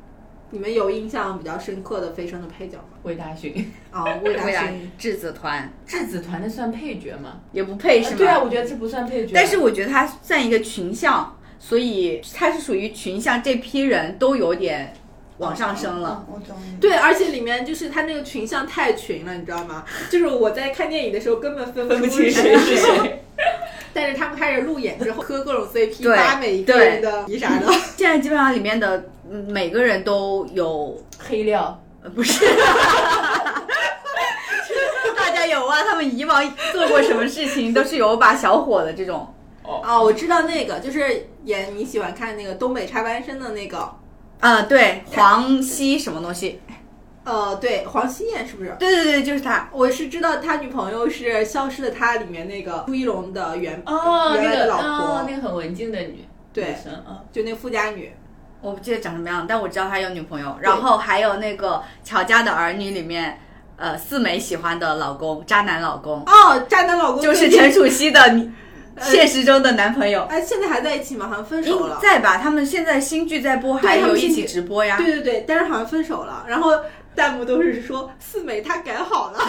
F: 你们有印象比较深刻的飞升的配角吗？
B: 魏大勋，
F: 啊、 魏
C: 未
F: 大
C: 来
F: 勋。
C: 质子团
B: 质子团的算配角吗？
C: 也不配是吗？
B: 对啊，我觉得这不算配角。
C: 但是我觉得他算一个群像，所以他是属于群像这批人都有点往上升了。
B: 嗯，我懂你。
F: 对，而且里面就是他那个群像太群了，你知道吗？就是我在看电影的时候根本分
B: 分
F: 不
B: 不
F: 出谁
B: 清谁
F: 是
B: 是
F: 谁，
B: 谁。
F: 但是他们开始路演之后磕各种 CP，
C: 对
F: 扒每一个人的皮啥的。
C: 现在基本上里面的嗯每个人都有，
B: 黑料，
C: 呃不是。 大家有啊，他们以往做过什么事情都是有把小火的这种，
F: 哦，我知道那个就是演你喜欢看那个东北插班生的那个，
C: 啊，对，黄西什么东西，
F: 呃，对，黄熙燕是不是？
C: 对对对，就是他，
F: 我是知道他女朋友是《消失的她》里面那个朱一龙的原
B: 哦，
F: 原
B: 那
F: 来的
B: 个
F: 老婆，
B: 哦，那个很文静的女
F: 对
B: 女生啊，
F: 就那富家女。
C: 我不记得长什么样，但我知道他有女朋友。然后还有那个《乔家的儿女》里面，呃，四美喜欢的老公，渣男老公，
F: 哦，渣男老公
C: 就是
F: 最近
C: 陈楚曦的你 现实中的男朋友。
F: 哎，现在还在一起吗？好像分
B: 哎
F: 手了
C: 应。在吧？他们现在新剧在播，
F: 对
C: 还
F: 他
C: 有
F: 们
C: 一
F: 新
C: 起
F: 剧
C: 直播呀。
F: 对对对，但是好像分手了。然后弹幕都是说四美她改好了，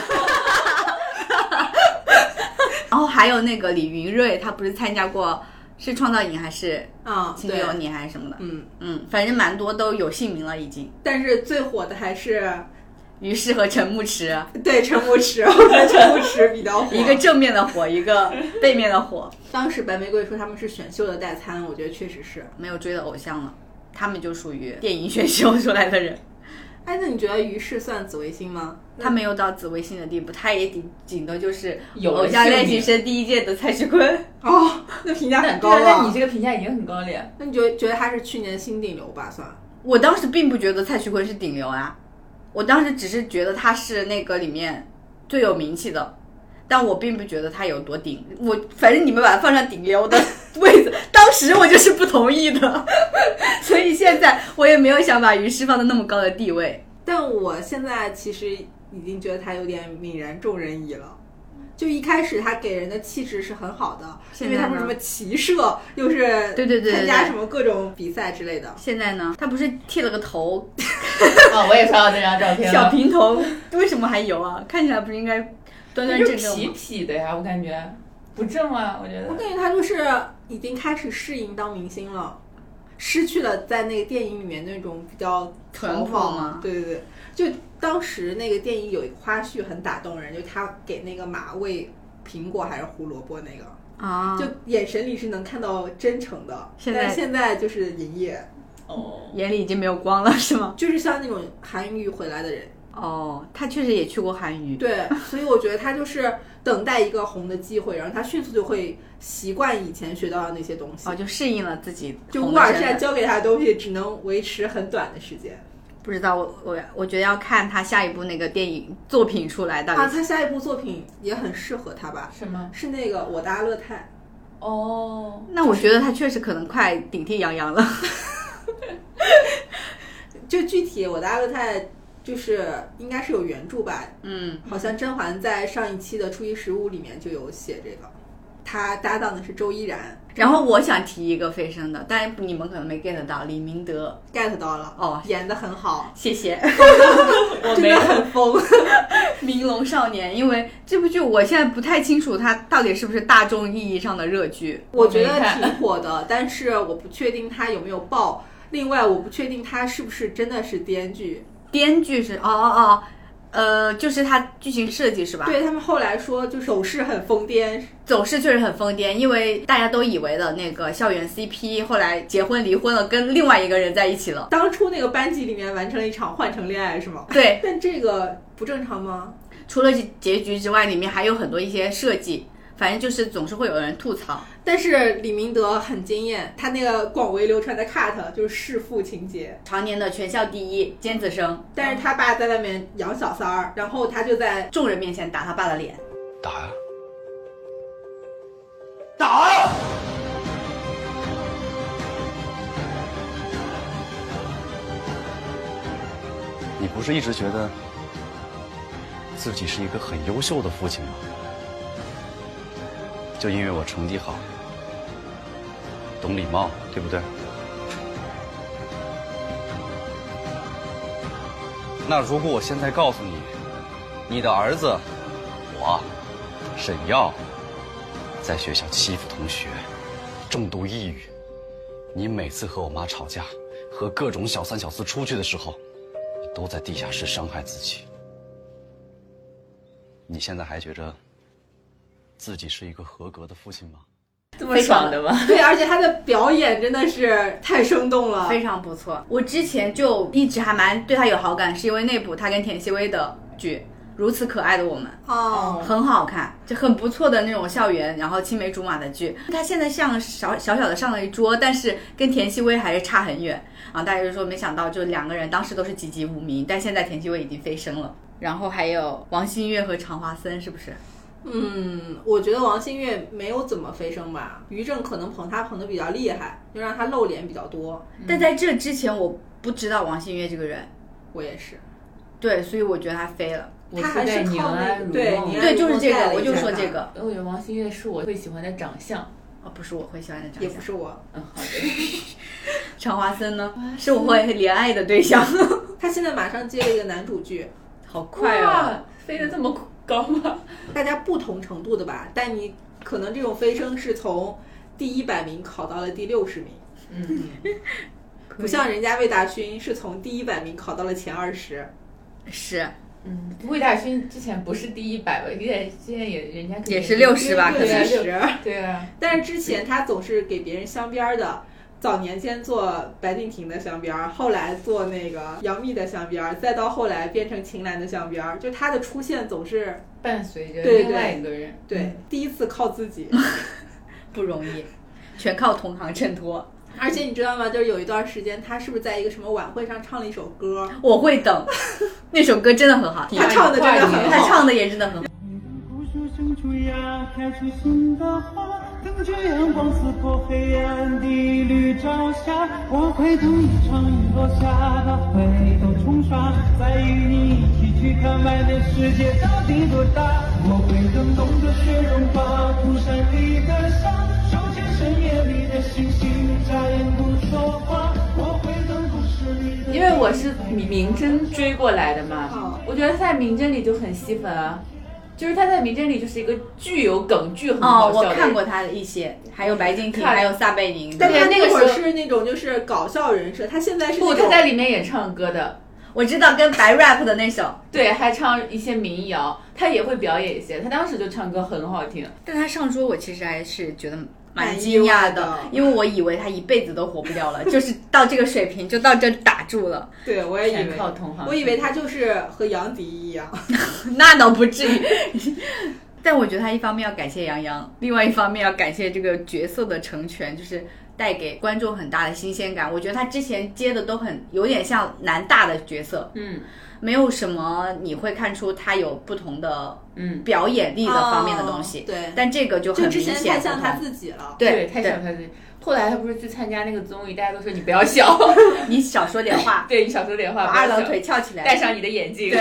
C: 然后还有那个李云睿，他不是参加过是创造营还是
F: 啊、
C: 青
F: 对
C: 柳，你还是什么的？
F: 嗯，
C: 嗯，反正蛮多都有姓名了已经。
F: 但是最火的还是
C: 于适和陈 牧驰，
F: 对陈牧驰，我觉得陈牧驰比 较火。
C: 一个正面的火，一个背面的火，
F: 当时白玫瑰说他们是选秀的代餐，我觉得确实是。
C: 没有追的偶像了。他们就属于电影选秀出来的人，
F: 哎，那你觉得于适算紫微星吗？
C: 他没有到紫微星的地步，他也顶顶多就是
B: 有了
C: 偶像
B: 姓
C: 练习
B: 名
C: 生第一届的蔡徐坤。
F: 哦，那评价
B: 那
F: 很
B: 对
F: 高
B: 啊，
F: 了。
B: 那你这个评价已经很高了 呀。
F: 那你觉得觉得他是去年的新顶流吧？算
C: 我当时并不觉得蔡徐坤是顶流啊，我当时只是觉得他是那个里面最有名气的，但我并不觉得他有多顶。我反正你们把他放上顶流的 位子，当时我就是不同意的， 所以现在我也没有想把于适放到那么高的地位。
F: 但我现在其实已经觉得他有点泯然众人矣了。就一开始他给人的气质是很好的，因
C: 现在
F: 为他们
C: 呢
F: 什么骑射，又是
C: 对对对对
F: 参加
C: 对
F: 什么各种比赛之类的。
C: 现在呢，他不是剃了个头，
B: 啊，我也刷到这张照片
C: 小
B: 了，
C: 平头，为什么还油啊？看起来不是应该端端
B: 就是
C: 正正
B: 痞
C: 吗？
B: 痞的呀，我感 觉不正啊，我觉
F: 我
B: 得。
F: 感觉他就是已经开始适应当明星了，失去了在那个电影里面那种比较
C: 淳朴
F: 狂放
C: 吗
F: 对对对，就当时那个电影有一个花絮很打动人，就他给那个马喂苹果还是胡萝卜那个，
C: 啊
F: 就眼神里是能看到真诚的。
C: 现在
F: 但是现在就是营业，
B: 哦，
C: 眼里已经没有光了是吗？
F: 就是像那种韩娱回来的人。
C: 哦，他确实也去过韩娱。
F: 对，所以我觉得他就是等待一个红的机会，然后他迅速就会习惯以前学到的那些东西。
C: 哦，就适应了自己
F: 就
C: 红
F: 乌
C: 的
F: 尔
C: 身
F: 善
C: 份
F: 教给他的东西只能维持很短的时间。
C: 不知道我我我觉得要看他下一部那个电影作品出来到
F: 啊，
C: 底。
F: 他下一部作品也很适合他吧？
B: 什么？
F: 是那个《我的阿勒泰
B: 哦，
C: 那我觉得他确实可能快顶替杨洋了。》，
F: 就具体《我的阿勒泰》就是应该是有原著吧？
C: 嗯，
F: 好像甄嬛在上一期的初一十五里面就有写这个，她搭档的是周依然
C: 然后我想提一个飞升的，但你们可能没 get 到李明德。
F: ，get 到了
C: 哦，
F: 演的很好，
C: 谢 谢
B: 我
F: 真
B: 没
F: 的
B: 有。
F: 很疯。
C: 明龙少年，因为这部剧我现在不太清楚它到底是不是大众意义上的热剧。
F: 我觉
B: 我
F: 得
B: 没看
F: 挺火的， 但是我不确定它有没有爆。另外，我不确定它是不是真的是编剧，
C: 编剧是哦哦哦，呃，就是它剧情设计是吧？
F: 对他们后来说，就手势很疯癫，
C: 走势确实很疯癫，因为大家都以为的那个校园 CP，后来结婚离婚了，跟另外一个人在一 起了。
F: 当初那个班级里面完成了一场换乘恋爱是吗？
C: 对，
F: 但这个不正常吗？
C: 除了结局之外，里面还有很多一些设计，反正就是总是会有人吐槽。
F: 但是李明德很惊艳，他那个广为流传的 cut 就是弑父情节，
C: 常年的全校第一尖子生，
F: 但是他爸在外面养小三儿，然后他就 在
C: 众人面前打他爸的脸，
G: 打呀、打呀、你不是一直觉得自己是一个很优秀的父亲吗？就因为我成绩好，懂礼貌，对不对？那如果我现在告诉你，你的儿子我沈耀在学校欺负同学，重度抑郁。你每次和我妈吵架，和各种小三小四出去的时候，你都在地下室伤害自己。你现在还觉着自己是一个合格的父亲吗？
B: 这么爽的吗？
F: 对，而且他的表演真的是太生动了。
C: 非常不错。我之前就一直还蛮对他有好感，是因为那部他跟田曦薇的剧《如此可爱的我们》。
F: 哦，
C: 很好看，就很不错的那种校园，然后青梅竹马的剧。他现在像小小小的上了一桌，但是跟田曦薇还是差很远。然后大家就说，没想到就两个人当时都是籍籍无名，但现在田曦薇已经飞升了。然后还有王馨岳和常华森，是不是？
F: 嗯，我觉得王馨岳没有怎么飞升吧，于正可能捧他捧的比较厉害，就让他露脸比较多。
C: 但在这之前，我不知道王馨岳这个人，
F: 我也是，
C: 对，所以我觉得他飞了。
B: 我
F: 他
B: 是
F: 还
B: 在
F: 是
B: 宁
F: 靠那
B: 安
F: 个
B: 啊如
F: 对
B: 梦
F: 宁安
C: 对，就是这
F: 带
C: 个，
F: 了
C: 我
F: 一
C: 就
F: 下
C: 说
F: 他
C: 这个，
B: 我觉得王馨岳是我会喜欢的长相。
C: 哦，不是我会喜欢的长
F: 也
C: 相
F: 不。是我，
B: 嗯，好的。
C: 常华森呢，是我会怜爱的对 象。
F: 他现在马上接了一个男主剧，
C: 好快哦！
B: 哇，啊飞得这么高啊吗？
F: 大家不同程度的吧，但你可能这种飞升是从第一百名考到了第六十名，
B: 嗯，
F: 不像人家魏大勋是从第一百名考到了前二十。
C: 是，
B: 嗯，魏大勋之前不是第一百吧？现在现在也人家肯定
C: 也是60吧
B: 对
F: 可
B: 啊
F: 能是。
B: 对啊，
F: 但是之前他总是给别人镶边儿的，早年先做白敬亭的镶边儿，后来做那个杨幂的镶边儿，再到后来变成秦岚的镶边儿，就他的出现总是
B: 伴随着
F: 对
B: 另外一个人。
F: 对第一次靠自己。
C: 不容易，全靠同行衬托。
F: 而且你知道吗？就是有一段时间，他是不是在一个什么晚会上唱了一首歌？
C: 我会等，那首歌真的很好听，
F: 他唱的真的很
C: 他
F: 好。
C: 唱的也真的很好。
H: 不说生出芽，开出新的花，等着阳光刺破黑暗的绿照下，我会等一场雨落下，把回忆都冲刷，再与你一起去看外面世界到底多大。我会等冬的雪融化，涂山里的沙，手牵深夜里的星星，眨眼不说话。我会等故事里的。
B: 嗯因为我是明侦追过来的嘛
F: 哦，
B: 我觉得在明侦里就很吸粉啊，就是他在明侦里就是一个具有梗剧很
C: 哦
B: 好，笑
C: 我
B: 的人
C: 看过他的一些，还有白敬亭，
B: 看
C: 还有撒贝宁。
F: 但他
B: 对那个
F: 会儿
B: 时候
F: 是那种就是搞笑人设，他现在是
B: 不，
F: 那
B: 他
F: 种
B: 在里面也唱歌的，
C: 我知道跟白 rap 的那首，
B: 对，还唱一些民谣，他也会表演一些，他当时就唱歌很好听。
C: 但他上桌我其实还是觉得蛮
F: 蛮
C: 惊
F: 意
C: 讶
F: 外
C: 的
F: 的，
C: 因为我以为他一辈子都活不掉了，就是到这个水平就到这打住了，
F: 对我也以
B: 全
F: 为，
B: 靠同行
F: 我以为他就是和杨迪一样，
C: 那倒不至于。 但我觉得他一方面要感谢杨洋，另外一方面要感谢这个角色的成全，就是带给观众很大的新鲜感。我觉得他之前接的都很有点像南大的角色，
B: 嗯
C: 没有什么你会看出他有不同的
B: 嗯，
C: 表演力的方面的东西。
F: 哦对，
C: 但这个就很
F: 就
C: 明
F: 之
C: 显
F: 前
C: 不同，
F: 太像他自己了。
C: 对
B: 太像他自己。后来他不是去参加那个综艺，大家都说你不要笑， ，
C: 你少说点话
B: 对你少说点
C: 把
B: 话，不
C: 二
B: 要
C: 郎
B: 笑
C: 腿，翘起来。
B: 戴上你的眼镜。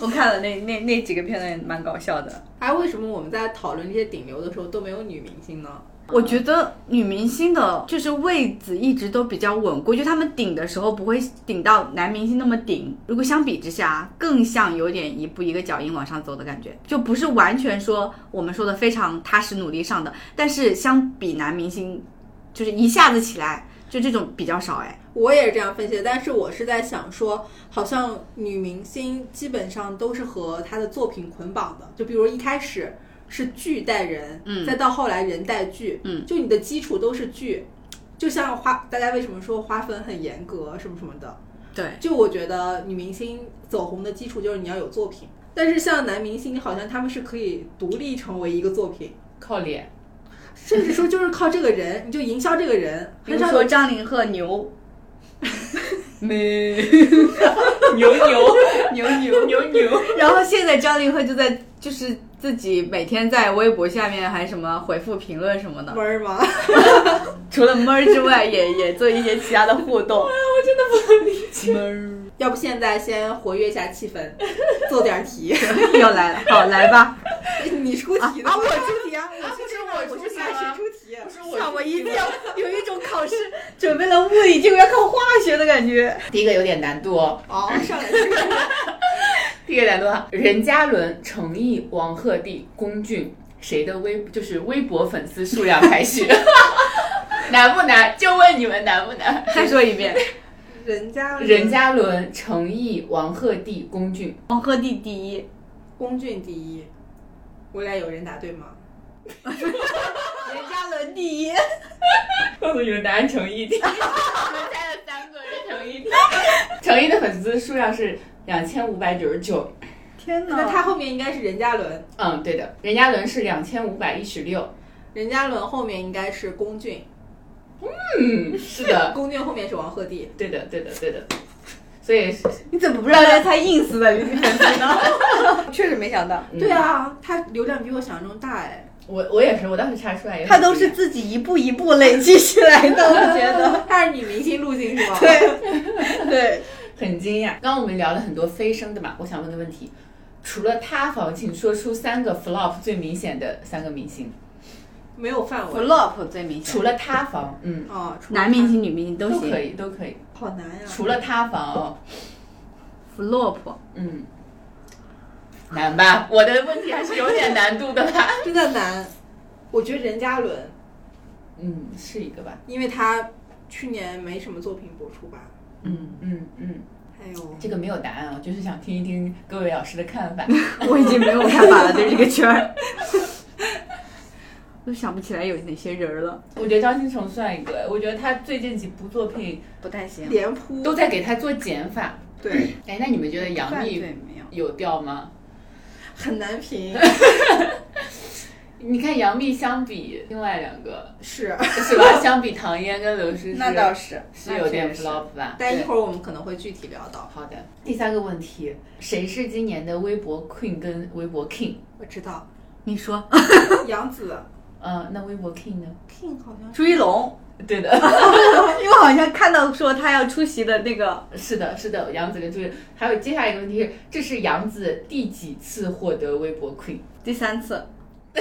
C: 我看了那那那几个片段，蛮搞笑的。
F: 哎，为什么我们在讨论这些顶流的时候都没有女明星呢？
C: 我觉得女明星的就是位子一直都比较稳固，就她们顶的时候不会顶到男明星那么顶。如果相比之下，更像有点一步一个脚印往上走的感觉，就不是完全说我们说的非常踏实努力上的，但是相比男明星，就是一下子起来，就这种比较少哎。
F: 我也是这样分析的，但是我是在想说，好像女明星基本上都是和她的作品捆绑的，就比如一开始是剧带人，
C: 嗯
F: 再到后来人带剧，
C: 嗯
F: 就你的基础都是剧，就像花，大家为什么说花粉很严格什么什么的，
C: 对，
F: 就我觉得女明星走红的基础就是你要有作品，但是像男明星好像他们是可以独立成为一个作品，
B: 靠脸，
F: 甚至说就是靠这个人，你就营销这个人，
C: 比
F: 很
C: 如
F: 少
C: 说
F: 有
C: 张凌赫牛， 没。
B: 牛 牛，
C: 牛牛牛牛。然后现在张凌赫就在就是自己每天在微博下面还什么回复评论什么的
F: 门，儿吗？
C: 除了闷儿之外，也也做一些其他的互动。
F: 要不现在先活跃一下气氛，做点题。
C: 又来了，好来吧，
F: 你出题的，
C: 啊啊
F: 我出题 啊！我
B: 不是啊
F: 我
B: 我出
F: 是
B: 题
F: 大
B: 吗
F: 学出题。
B: 是
C: 吓我一跳，有一种考试准备了物理，结果要考化学的感觉。
B: 第一个有点难度哦。
F: 哦， 上来就是
B: 第一个难度啊，任嘉伦、程毅、王鹤棣、龚俊，谁的微就是微博粉丝数量排序？ 难不难？就问你们难不 难？
C: 再说一遍，
F: 人家
B: 任嘉伦、程毅、王鹤棣、龚俊，
C: 王鹤棣第一，
F: 龚俊第一，我俩有人答对 吗？
C: 任嘉伦第一，
B: 告诉你们答案，程毅。我们猜了三个是程 毅。程毅的粉丝数量是两千五百九十九。
C: 天哪！
F: 那他后面应该是任嘉伦，
B: 嗯，对的，任嘉伦是两千五百一十六。
F: 任嘉伦后面应该是龚俊，
B: 嗯，是的，
F: 龚俊后面是王鹤棣。
B: 对的，对的，对的。所以
C: 你怎么不让人猜 ins 的李粉丝呢？ 确实没想到，
F: 对啊，他流量比我想象中大哎。
B: 我我也是，我当时查出来也很
C: 他都是
B: 惊
C: 自己一步一步累积起来的， 我觉得。
F: 他是女明星路径是吗？
C: 对，对，
B: 讶很惊讶。刚刚我们聊了很多飞升的嘛，我想问个问题，除了塌房，请说出三个 flop 最明显的三个明星。
F: 没有范围。
C: flop 最明
B: 除了塌房，嗯，
F: 哦，除了
C: 男明星、女明星都
B: 都
C: 行。
B: 可以，都可以。
F: 他好难呀、
B: 除了塌房哦，
C: flop
B: 嗯，难吧？ 我的问题还是有点难度的吧？
F: 真的哎难。我觉得任嘉伦，
B: 嗯，是一个吧？
F: 因为他去年没什么作品播出吧，
B: 嗯嗯嗯，
F: 还有
B: 这个没有答案啊，就是想听一听各位老师的看法。
C: 我已经没有看法了，对这个圈 儿，都想不起来有哪些人儿了，
B: 我觉得张新成算一个，我觉得他最近几部作品
C: 不太行。
F: 脸谱
B: 都在给他做减法。
F: 对，
B: 哎，那你们觉得杨
C: 犯罪
B: 幂
C: 没有？
B: 有掉吗？
F: 很难 评。
B: 你看杨幂相比另外两个
F: 是，
B: 是吧？相比唐嫣跟刘 诗诗，
C: 那倒是，
B: 是有点 flop 吧？
F: 但一
B: 对
F: 会儿我们可能会具体聊到。
B: 好的，第三个问题，谁是今年的微博 queen 跟微博 king？
F: 我知道，
C: 你说，
F: 杨紫
B: 呃，那微博 king 呢？
F: King 好像是
C: 朱一龙，
B: 对的，
C: 因为好像看到说他要出席的那个，
B: 是的，是的，杨紫跟朱茵。还有接下来一个问题是，这是杨紫第几次获得微博 queen？
C: 第三次，
F: 四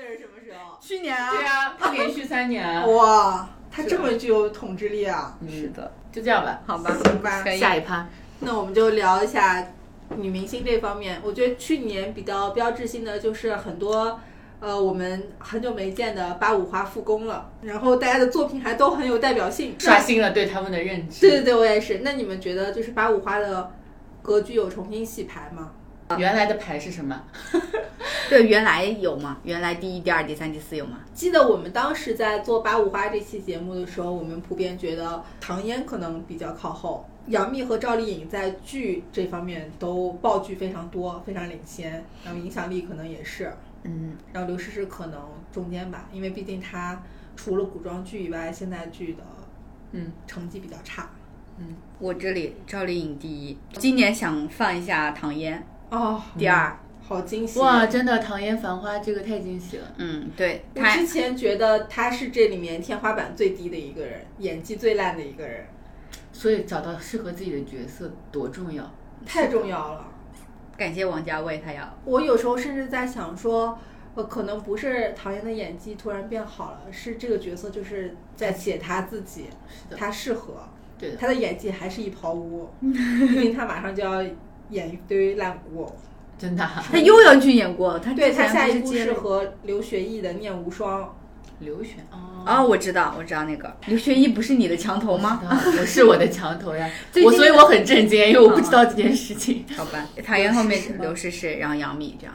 F: 是什么时候？
C: 去年啊
B: 对啊，她连续三年 啊。
F: 哇，他这么具有统治力啊！
B: 嗯
C: 是，的，
B: 就这样吧。
C: 好吧，
F: 行吧
C: 可以。
B: 下一趴，
F: 那我们就聊一下女明星这方面。我觉得去年比较标志性的就是很多，呃，我们很久没见的八五花复工了，然后大家的作品还都很有代表性。
B: 刷新了对他们的认知。
F: 对对对，我也是。那你们觉得就是八五花的格局有重新洗牌吗？
B: 原来的牌是什么？
C: 对，原来有吗？原来第一、第二、第三、第四有吗？
F: 记得我们当时在做八五花这期节目的时候，我们普遍觉得唐嫣可能比较靠后，杨幂和赵丽颖在剧这方面都爆剧非常多，非常领先，然后影响力可能也是。
B: 嗯，
F: 然后刘诗诗可能中间吧，因为毕竟她除了古装剧以外，现代剧的
B: 嗯
F: 成绩比较差。
C: 我这里赵丽颖第一，今年想放一下唐嫣
F: 哦，
C: 第二。
F: 好惊喜！
B: 哇，真的，唐嫣《繁花》这个太惊喜了。
C: 嗯，对，
F: 我
C: 她
F: 之前觉得她是这里面天花板最低的一个人，演技最烂的一个人，
B: 所以找到适合自己的角色多重要。
F: 太重要了。
C: 感谢王家卫，她要
F: 我有时候甚至在想说，呃，可能不是唐嫣的演技突然变好了，是这个角色就是在写她自己，
B: 的
F: 她适合，
B: 对的
F: 她的演技还是一泡 污，毕竟她马上就要演一堆烂谷。
B: 真的、啊，
C: 她又要去演过，她
F: 对
C: 之
F: 她
C: 前
F: 下一
C: 不是
F: 部
C: 接
F: 是
C: 了
F: 和刘学义的《念无双
B: 刘 璇哦，
C: 哦，我知道，我知道那个刘学义不是你的墙头吗？
B: 我是我的墙头呀，
C: 最
B: 我
C: 近啊
B: 所以我很震惊，因为我不知道这件事情。
C: 好吧，唐嫣后面刘诗诗，然后杨幂这样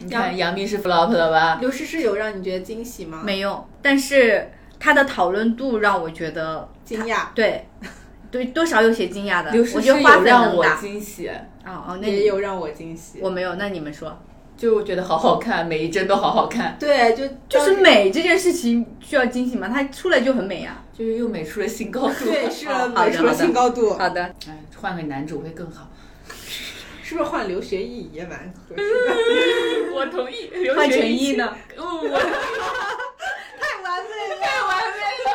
B: 你看 杨幂是 flop 了》，吧？
F: 刘诗诗有让你觉得惊喜吗？
C: 没有，但是她的讨论度让我觉得
F: 惊讶，
C: 对， 对多少有些惊讶的。
B: 刘诗
C: 我
B: 诗
C: 觉得花
B: 有
C: 粉
B: 让
C: 能
B: 呃我
C: 打
B: 惊喜，
C: 哦哦，那
F: 也有让我惊喜。
C: 我没有，那你们说，
B: 就我觉得好好看，每一帧都好好看，
F: 对，就
C: 就是美这件事情需要惊喜吗？她出来就很美啊呀、
B: 就是又美出了新高度。
F: 对，是
C: 好
F: 了，
C: 好的
F: 美出了
C: 好的
F: 新高度。
C: 好的，
B: 哎，换个男主会更好。
F: 是不是换刘学义也蛮合适的？
B: 我同意。刘
C: 换
B: 学
C: 陈
B: 义
C: 毅？呢？
B: 哦， 我
F: 太完美 了。
B: 太完美了。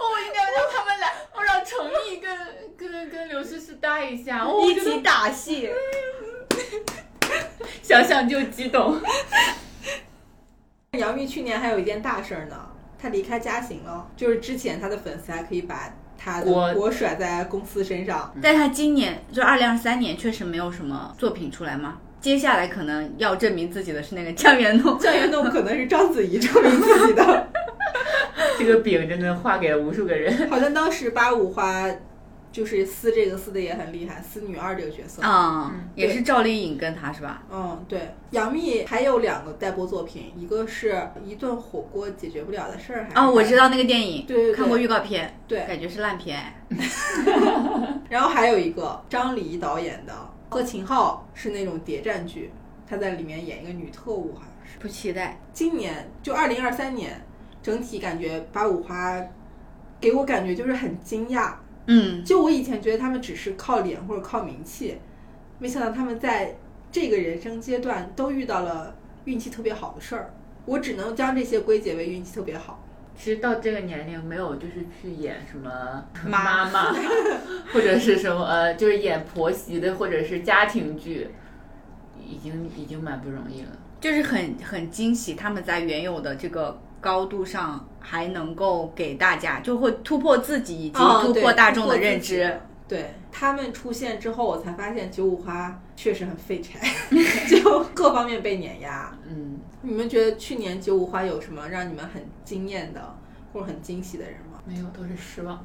B: 我一定要让他们俩，我让陈毅跟跟跟刘诗诗搭一下，我
C: 一
B: 觉得
C: 起打戏，
B: 想想就激动。
F: 杨幂去年还有一件大事儿呢，她离开嘉行了。就是之前她的粉丝还可以把她的
B: 锅
F: 锅甩在公司身上，
C: 但她今年就二零二三年确实没有什么作品出来嘛。接下来可能要证明自己的是那个江源诺，
F: 酱园弄可能是章子怡证明自己的。
B: 这个饼真的画给了无数个 人。
F: 好像当时八五花就是撕这个撕的也很厉害，撕女二这个角色。
C: 啊、也
F: 对
C: 是赵丽颖跟她是吧？
F: 嗯，对，杨幂还有两个待播作品，一个是一顿火锅解决不了的事儿，还是
C: 哦，我知道那个电影，
F: 对对对
C: 看过预告片，
F: 对，
C: 感觉是烂片。
F: 然后还有一个张黎导演的和秦昊是那种谍战剧，她在里面演一个女特务，好像是。
C: 不期待，
F: 今年就二零二三年，整体感觉八五花给我感觉就是很惊讶，
C: 嗯，
F: 就我以前觉得他们只是靠脸或者靠名气，没想到他们在这个人生阶段都遇到了运气特别好的事儿。我只能将这些归结为运气特别好。
B: 其实到这个年龄，没有就是去演什么
C: 妈
B: 妈 妈，或者是什么呃，就是演婆媳的，或者是家庭剧，已经已经蛮不容易了。
C: 就是很很惊喜，他们在原有的这个高度上还能够给大家，就会突破自己以及
F: 哦
C: 突
F: 对
C: 破大众
F: 突破
C: 的
F: 自己
C: 认知。
F: 对他们出现之后，我才发现九五花确实很废柴， 就各方面被碾压。
B: 嗯，
F: 你们觉得去年九五花有什么让你们很惊艳的或者很惊喜的人吗？
B: 没有，都是失望。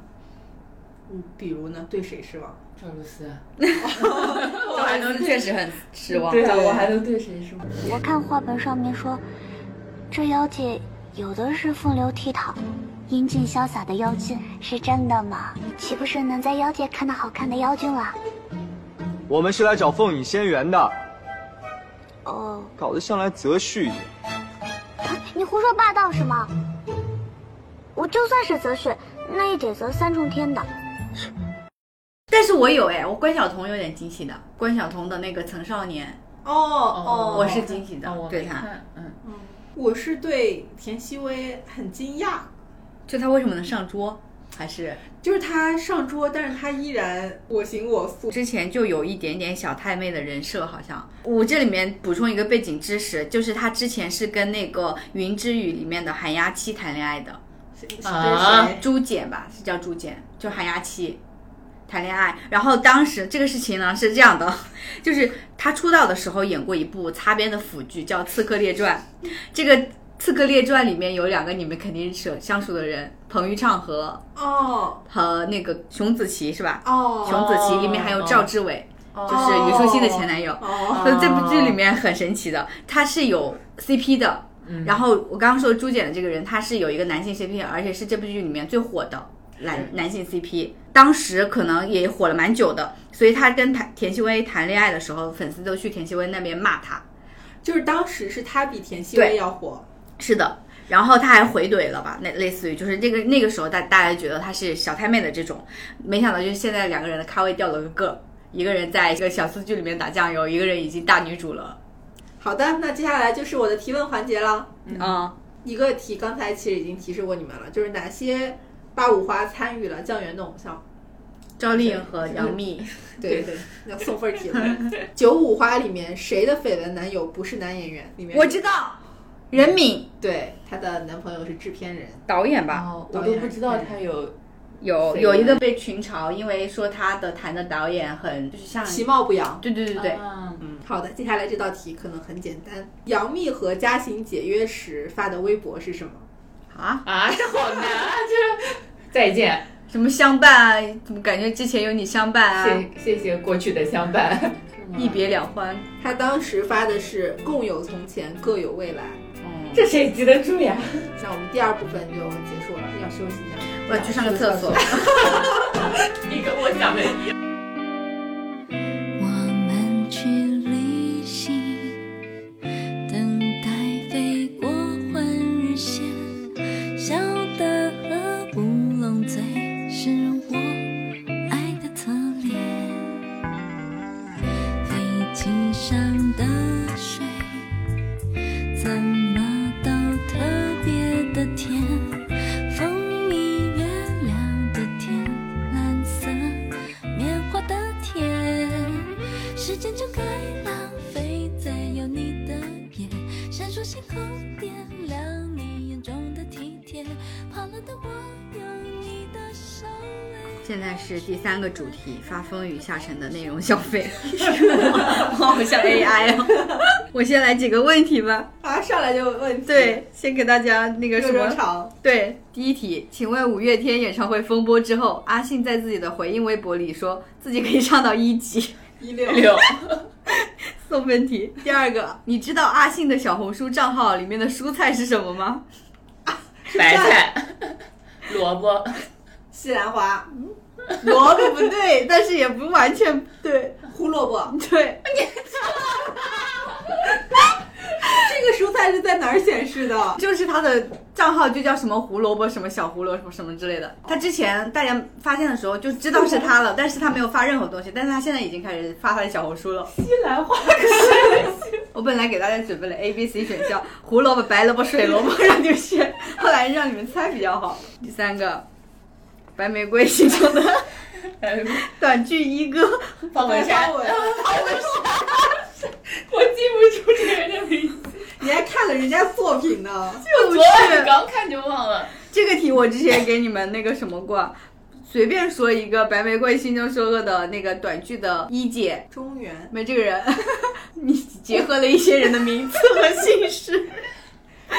F: 嗯，比如呢，对谁失 望？
B: 赵露思啊，
C: 我还能确实很失望。
B: 对啊，我还能对谁说？
I: 我看话本上面说，这妖精有的是风流倜傥、英俊潇洒的妖精，是真的吗？岂不是能在妖界看到好看的妖精了？
J: 我们是来找凤影仙缘的，
I: 哦，
J: 搞得像来择婿一样。
I: 你胡说八道是吗？我就算是择婿，那也得择三重天的。
C: 但是我有哎，我关晓彤有点惊喜的，关晓彤的那个《曾少年
F: 哦哦，
C: 我是惊喜的
B: 哦我
C: 对
B: 没
C: 他
B: 看，嗯，
F: 我是对田曦薇很惊讶，》，
C: 就他为什么能上桌？还是
F: 就是她上桌，但是她依然我行我素。
C: 之前就有一点点小太妹的人设，好像。我这里面补充一个背景知识，就是她之前是跟那个《云之羽》里面的韩鸦七谈恋爱的，
F: 谁
B: 啊
F: 谁
C: 朱简吧，是叫朱简，就韩牙期谈恋爱。然后当时这个事情呢是这样的， 就是他出道的时候演过一部擦边的腐剧，叫《刺客列传》。这个《刺客列传》里面有两个你们肯定是相熟的人，彭昱畅和
F: 哦
C: 和那个熊梓淇是吧？
F: 哦
C: 熊梓淇里面还有赵志伟，就是虞书欣的前男友。
F: 哦，
C: 所以这部剧里面很神奇的，它是有 CP 的。然后我刚刚说朱简的这个人，他是有一个男性 CP，而且是这部剧里面最火的男男性 CP。当时可能也火了蛮久的，所以他跟谭田曦薇谈恋爱的时候，粉丝都去田曦薇那边骂他。
F: 就是当时是她比田曦薇
C: 对
F: 要火。
C: 是的，然后他还回怼了吧？那类似于就是这个那个时候大大家觉得他是小太妹的这种，没想到就是现在两个人的咖位掉了个个儿，一个人在一个小四剧里面打酱油，一个人已经大女主了。
F: 好的，那接下来就是我的提问环节了。
C: 嗯
F: 一个题刚才其实已经提示过你们了，就是哪些八五花参与了酱园的偶像？
C: 赵丽颖和杨幂，
F: 对对，要送分题了。九五花里面谁的绯闻男友不是男演员？里面
C: 我知道，任敏
F: 对她的男朋友是制片人。
C: 导演吧，
B: 哦，我都不知道他有
C: 有
B: 绯闻
C: 有一个被群嘲，因为说他的谈的导演很就是像，
F: 其貌不扬。
C: 对对对对，
B: 啊
F: 好的，接下来这道题可能很简单。杨幂和嘉行解约时发的微博是什么？
C: 啊，
B: 啊，这好难啊，这 再见，
C: 什么相伴啊，怎么感觉之前有你相伴啊，
B: 谢谢谢过去的相伴，
C: 一别两欢，
F: 她当时发的是“共有从前，各有未来
C: 嗯，
B: 这谁记得住呀？”。
F: 那我们第二部分就结束了，要休息一下。
C: 我要去上个厕所。
B: 你跟我讲的一样。
I: 我们去旅行，等待飞过换日线，笑得合不拢嘴，是我爱的侧脸。飞机上的水怎么都特别的甜，蜂蜜月亮的甜，蓝色。棉花的天，时间就该浪费在有你的夜，闪烁星空点亮你眼中的体贴，跑了的我有你的手尾。
C: 现在是第三个主题，发疯与下沉的内容消费，我 好 像 AI 啊！我先来几个问题吧。
F: 啊，上来就问
C: 对，先给大家那个
F: 热
C: 什
F: 热
C: 么
F: 场，
C: 对，第一题，请问五月天演唱会风波之后，阿信在自己的回应微博里说自己可以上到一级，
F: 一六
B: 六，
C: 送分题。第二个，你知道阿信的小红书账号里面的蔬菜是什么吗？
B: 白菜、 萝卜、
F: 西兰花，
C: 萝卜不对，但是也不完 全对，
F: 胡萝卜，
C: 对，
F: 这个蔬菜在是在哪儿显示的？
C: 就是他的账号就叫什么胡萝卜什么小胡萝卜什么之类的。他之前大家发现的时候就知道是他了，但是他没有发任何东西，但是他现在已经开始发他的小红书了。西兰 花我本来给大家准备了 A、B、C 选项，胡萝卜、白萝卜、水萝卜让你们选，后来让你们猜比较好。第三个，白玫瑰形成的短剧一哥，
B: 方文山，
F: 文
B: 我记不住这个人的名字，
F: 你还看了人家作品呢？
C: 就
B: 昨晚
C: 是
B: 刚看就忘了。
C: 这个题我之前给你们那个什么过，随便说一个白玫瑰心中说过的那个短剧的一姐，
F: 中原
C: 没这个人， 你结合了一些人的名字和姓氏。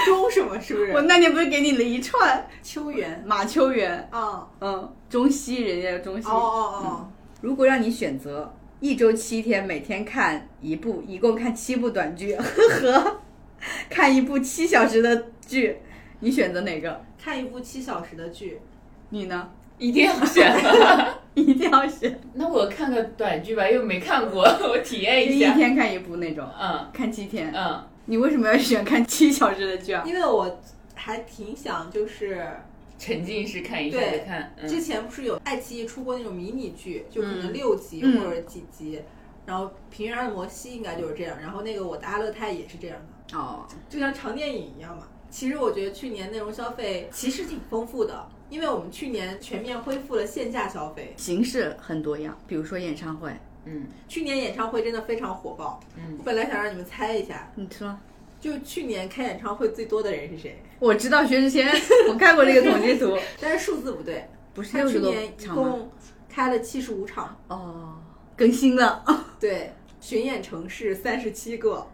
F: 中什么是不是？
C: 我那天不是给你了一串
F: 秋园
C: 马秋元，
F: 啊，
C: 嗯，中西人家叫中西。
F: 哦哦
C: 如果让你选择一周七天，每天看一部，一共看七部短剧 和看一部七小时的剧，你选择哪个
F: 哦？，看一部七小时的剧，
C: 你呢？
B: 一定要选了。
C: 一定要选
B: 那我看个短剧吧，又没看过，我体验
C: 一
B: 一下。
C: 天看一部那种，
B: 嗯
C: 看七天。
B: 嗯，
C: 你为什么要选看七小时的剧啊？
F: 因为我还挺想就是。
B: 沉浸式看一下再
F: 对
B: 看。
F: 之
B: 嗯，
F: 前不是有爱奇艺出过那种迷你剧，就可能六集
C: 嗯
F: 或者几集，然后《平原上的摩西》应该就是这样，然后那个《我的阿勒泰》也是这样的，
C: 哦，
F: 就像长电影一样嘛。其实我觉得去年内容消费其实挺丰富的，因为我们去年全面恢复了线下消费，
C: 形式很多样，比如说演唱会。
F: 去年演唱会真的非常火爆。
B: 嗯
F: 我本来想让你们猜一下，
C: 你说，
F: 就去年开演唱会最多的人是谁，
C: 我知道薛之谦， 我看过这个统计图，
F: 但是数字不对，
C: 不是
F: 他
C: 六
F: 去
C: 十多
F: 年一
C: 场吗？
F: 共开了七十五场，
C: 哦，更新了。
F: 对，巡演城市三十七个。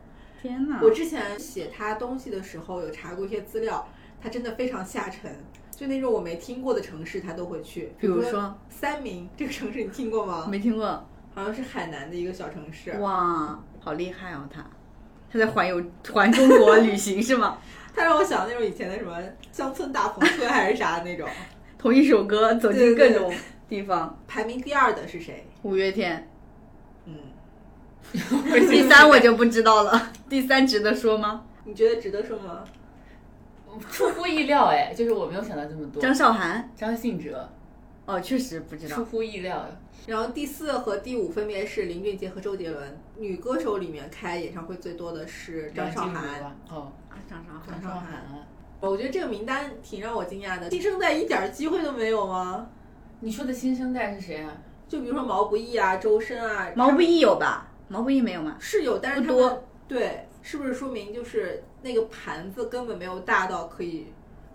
C: 天哪！
F: 我之前写他东西的时候，有查过一些资料，他真的非常下沉，就那种我没听过的城市，他都会去。
C: 比如说
F: 三明这个城市，你听过吗？
C: 没听过。
F: 好像是海南的一个小城市。
C: 哇，好厉害哦，他他在环游环中国旅行是吗？
F: 他让我想到那种以前的什么乡村大篷车还是啥的那种。
C: 同一首歌走进
F: 对
C: 各
F: 对
C: 种地方。
F: 排名第二的是谁？
C: 五月天，
F: 嗯，
C: 第三我就不知道了。 第三值得说吗？
F: 你觉得值得说吗？
B: 出乎意料哎，就是我没有想到这么多。
C: 张韶涵，
B: 张信哲
C: 哦，确实不知
B: 出
C: 道。
B: 乎意料，
F: 然后第四和第五分别是林俊杰和周杰伦。女歌手里面开演唱会最多的是张韶
B: 静茹
F: 涵。
B: 吧哦，
C: 啊，张韶
F: 张
C: 涵，
F: 韶
B: 张韶
F: 涵
B: 涵。啊。
F: 我觉得这个名单挺让我惊讶的，新生代一点儿机会都没有吗？
B: 你说的新生代是谁啊？
F: 就比如说毛不易啊、周深啊，
C: 毛不易有吧？毛不易没有吗？
F: 是有，但是
C: 不
F: 他
C: 多
F: 们对，是不是说明就是那个盘子根本没有大到可以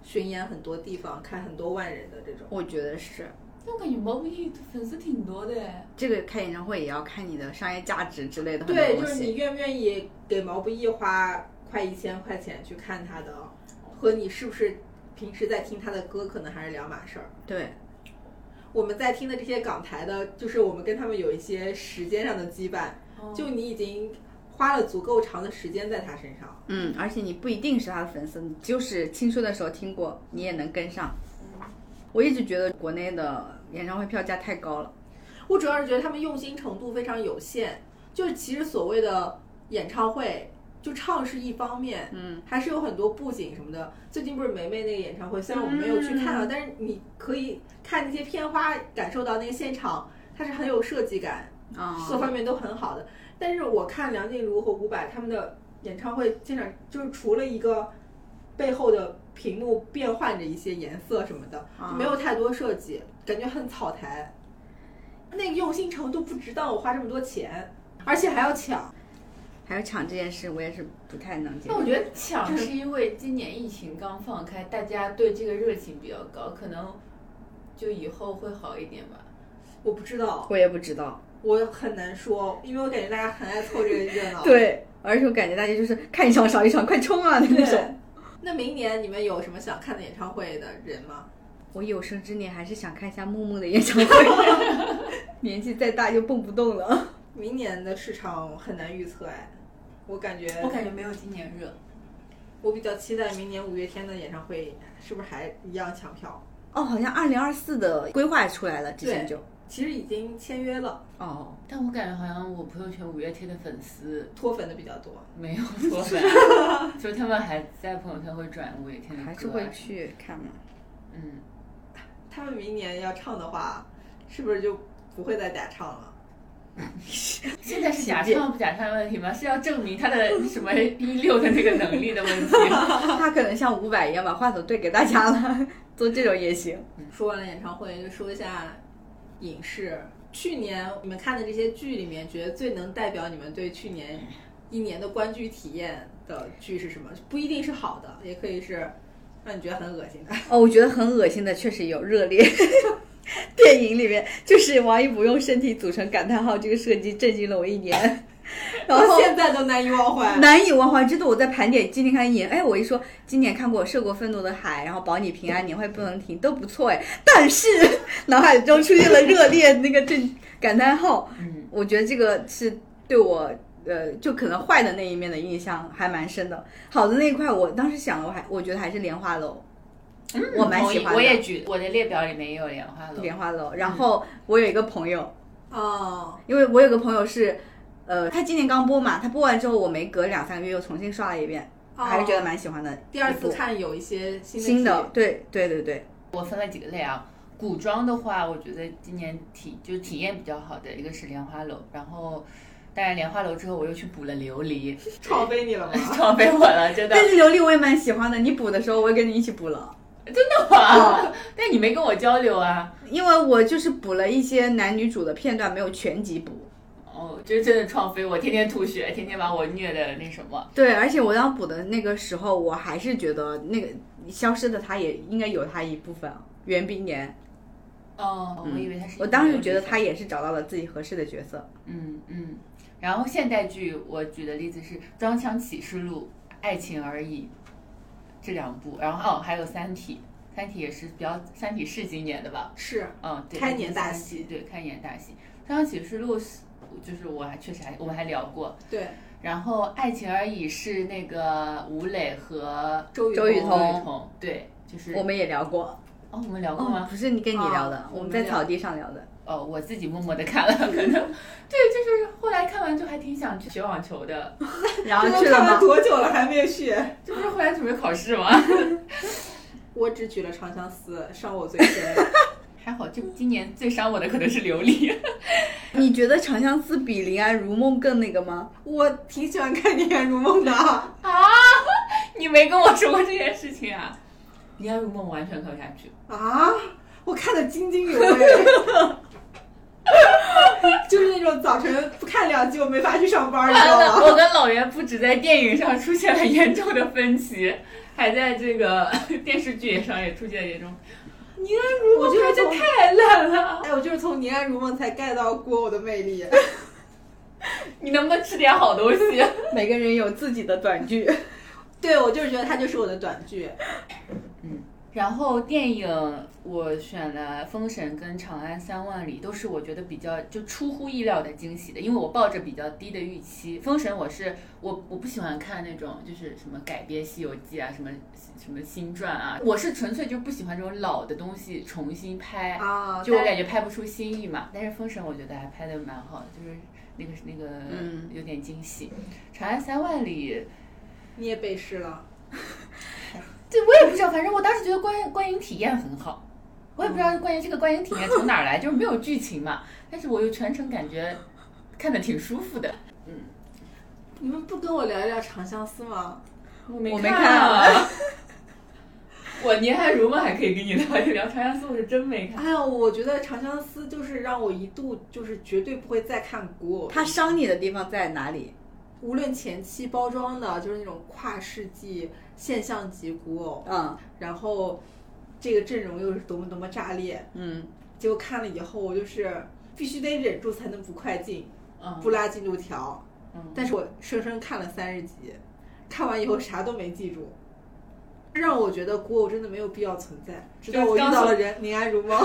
F: 巡演很多地方、开很多万人的这种？
C: 我觉得是。
B: 但我感觉毛不易粉丝挺多的哎。
C: 这个开演唱会也要看你的商业价值之类的很
F: 对，就
C: 多东
F: 是你
C: 西。
F: 愿不愿意给毛不易花快一千块钱去看他的，和你是不是平时在听他的歌，可能还是两码事儿。
C: 对，
F: 我们在听的这些港台的，就是我们跟他们有一些时间上的羁绊，就你已经花了足够长的时间在他身上。
C: 嗯，而且你不一定是他的粉丝，你就是青春的时候听过，你也能跟上。我一直觉得国内的演唱会票价太高了。
F: 我主要是觉得他们用心程度非常有限，就是其实所谓的演唱会，就唱是一方面，
C: 嗯，
F: 还是有很多布景什么的。最近不是梅梅那个演唱会，虽然我没有去看啊，但是你可以看那些片花，感受到那个现场，它是很有设计感，
C: 啊、
F: 各方面都很好的。但是我看梁静茹和伍佰他们的演唱会现场，就是除了一个背后的屏幕变换着一些颜色什么的，
C: 啊
F: 就没有太多设计，感觉很草台。那个用心程度不值当我花这么多钱，而且还要抢。
C: 还有抢这件事，我也是不太能接
B: 那我
C: 受。
B: 觉得抢是因为今年疫情刚放开，大家对这个热情比较高，可能就以后会好一点吧。
F: 我不知道，
C: 我也不知道。
F: 我很难说，因为我感觉大家很爱凑这个热闹。，
C: 对，而且我感觉大家就是看一场少一场，快冲啊那
F: 对
C: 种。
F: 那明年你们有什么想看的演唱会的人吗？
C: 我有生之年还是想看一下木木的演唱会， 年纪再大又蹦不动了。
F: 明年的市场很难预测哎，我感觉
B: 我感觉没有今年热。
F: 我比较期待明年五月天的演唱会是不是还一样抢票？
C: 哦，好像二零二四的规划出来了，之前就
F: 其实已经签约了，
B: 哦，但我感觉好像我朋友圈五月天的粉丝
F: 脱粉的比较多。
B: 没有 脱粉，就是他们还在朋友圈会转五月天的歌，啊
C: 还是会去看嘛。
B: 嗯，
F: 他们明年要唱的话，是不是就不会再假唱了？
B: 现在是假唱不假唱的问题吗？是要证明他的什么一六的那个能力的问题？
C: 他可能像伍佰一样把话筒对给大家了， 做这种也行。
F: 说完了演唱会，就说一下影视。去年你们看的这些剧里面，觉得最能代表你们对去年一年的观剧体验的剧是什么？不一定是好的，也可以是让你觉得很恶 心的。
C: 哦，我觉得很恶心的确实有热烈。 电影里面就是王一博用身体组成感叹号这个设计震惊了我一 年，然后
F: 到现在都难以忘怀。
C: 难以忘怀。真的，我在盘点今年看一年，哎，我一说今年看过《涉过愤怒的海》，然后《保你平安》，年会不能停，都不错哎。但是 脑海中出现了热烈那个震感叹号，
B: 嗯，
C: 我觉得这个是对我呃，就可能坏的那一面的印象还蛮深的。好的那一块，我当时想了，我还我觉得还是莲花楼，我蛮喜欢的
B: 我也举我的列表里面也有莲花楼，
C: 莲花楼。然后我有一个朋友，
F: 哦，
C: 因为我有个朋友是，呃，他今年刚播嘛，他播完之后，我没隔两三个月又重新刷了一遍，
F: 哦
C: 还是觉得蛮喜欢的。
F: 第二次看有一些新的
C: 新
F: 体
C: 的
F: 验，
C: 对对对对，
B: 我分了几个类啊。古装的话，我觉得今年体就体验比较好的一个是莲花楼，然后当然莲花楼之后我又去补了琉 璃，
F: 创飞你了 吗？
B: 撞飞我了，真的
C: 但是琉璃我也蛮喜欢的，你补的时候我也跟你一起补了，
B: 哇！但你没跟我交流啊。
C: 因为我就是补了一些男女主的片段，没有全集补。
B: 哦，这真的创飞我，天天吐血，天天把我虐的那什么。
C: 对，而且我当补的那个时候，我还是觉得那个消失的他也应该有他一部分啊，袁冰妍，
B: 哦，我以为他是。
C: 嗯我当时觉得他，也是找到了自己合适的角色。
B: 嗯嗯。然后现代剧，我举的例子是《装腔启示录》《爱情而已》这两部，然后哦还有三体《三体》，《也是比较，《三体》是今年的吧？
F: 是
B: 嗯，对，
F: 开年大
B: 三体
F: 戏
B: 对，开年大戏。《装腔启示录》是，就是我还确实还我们还聊过，
F: 对
B: 然后《爱情而已》是那个吴磊和
F: 周雨
C: 周雨
F: 彤
C: 彤
B: 彤，对，
F: 嗯
B: 就是
C: 我们也聊过，
B: 哦，我们聊过
C: 哦
B: 吗，？
C: 不是你跟你聊的
F: 哦，
C: 我
F: 我们
C: 们在
F: 聊
C: 草地上聊 的。
B: 哦，我自己默默的看了， 可能对，这就是后来看完就还挺想去学网球的，
C: 然
F: 这
C: 后
F: 都
C: 啊去了
F: 看
C: 吗
F: 了？多久了还没有续？
B: 这不是后来准备考试吗？
F: 我只举了长相思，伤我最深。
B: 还好，这今年最伤我的可能是琉璃，
C: 你觉得《长相思》比《林安如梦》更那个吗？
F: 我挺喜欢看《恋爱如梦》的，
B: 你没跟我说过这件事情啊？《林安如梦》完全看不下去，
F: 啊，我看的津津有味， 就是那种早晨不看两集我没法去上班，你知
B: 完
F: 道
B: 了，
F: 吗？
B: 我跟老袁不止在电影上出现了严重的分歧，还在这个 电视剧上也出现了严重。
F: 宁安如
B: 我
F: 梦
B: 觉得
F: 看
B: 这
F: 从
B: 太烂了，
F: 哎，我就是从《宁安如梦》才 get 到郭偶的魅力。
B: 你能不能吃点好东西？
C: 每个人有自己的 短剧。
F: 对，我就是觉得它就是我的短剧。
B: 然后电影我选了《封神》跟《长安三万里》，都是我觉得比较就出乎意料的惊喜的，因为我抱着比较低的预期。《封神》我是我我不喜欢看那种就是什么改编《西游记》啊，什么什么新传啊，我是纯粹就不喜欢这种老的东西重新拍
F: 啊
B: 就我感觉拍不出新意嘛。但是《封神》我觉得还拍的蛮好的，就是那个那个
C: 嗯
B: 有点惊喜。长安三万里》
F: 你也背诗了，
B: 对，我也不知道，反正我当时觉得观观影体验很好，我也不知道关于这个观影体验从哪儿来，就是没有剧情嘛，但是我又全程感觉看的挺舒服的。
F: 你们不跟我聊一聊《长相思》吗？
B: 我
C: 没
B: 没
C: 看
B: 啊。 我宁汉如梦还可以跟你聊一聊，长相思我是真没看。
F: 哎呦，我觉得《长相思》就是让我一度就是绝对不会再看古偶了，
C: 他伤你的地方在哪里？
F: 无论前期包装的就是那种跨世纪现象级古偶，
C: 嗯
F: 然后这个阵容又是多么多么炸裂，
C: 嗯，
F: 结果看了以后，我就是必须得忍住才能不快进，
B: 嗯，
F: 不拉进度条。
B: 嗯，
F: 但是我生生看了三十集，看完以后啥都没记住，让我觉得古偶真的没有必要存在。直到我遇到了人宁安如 梦，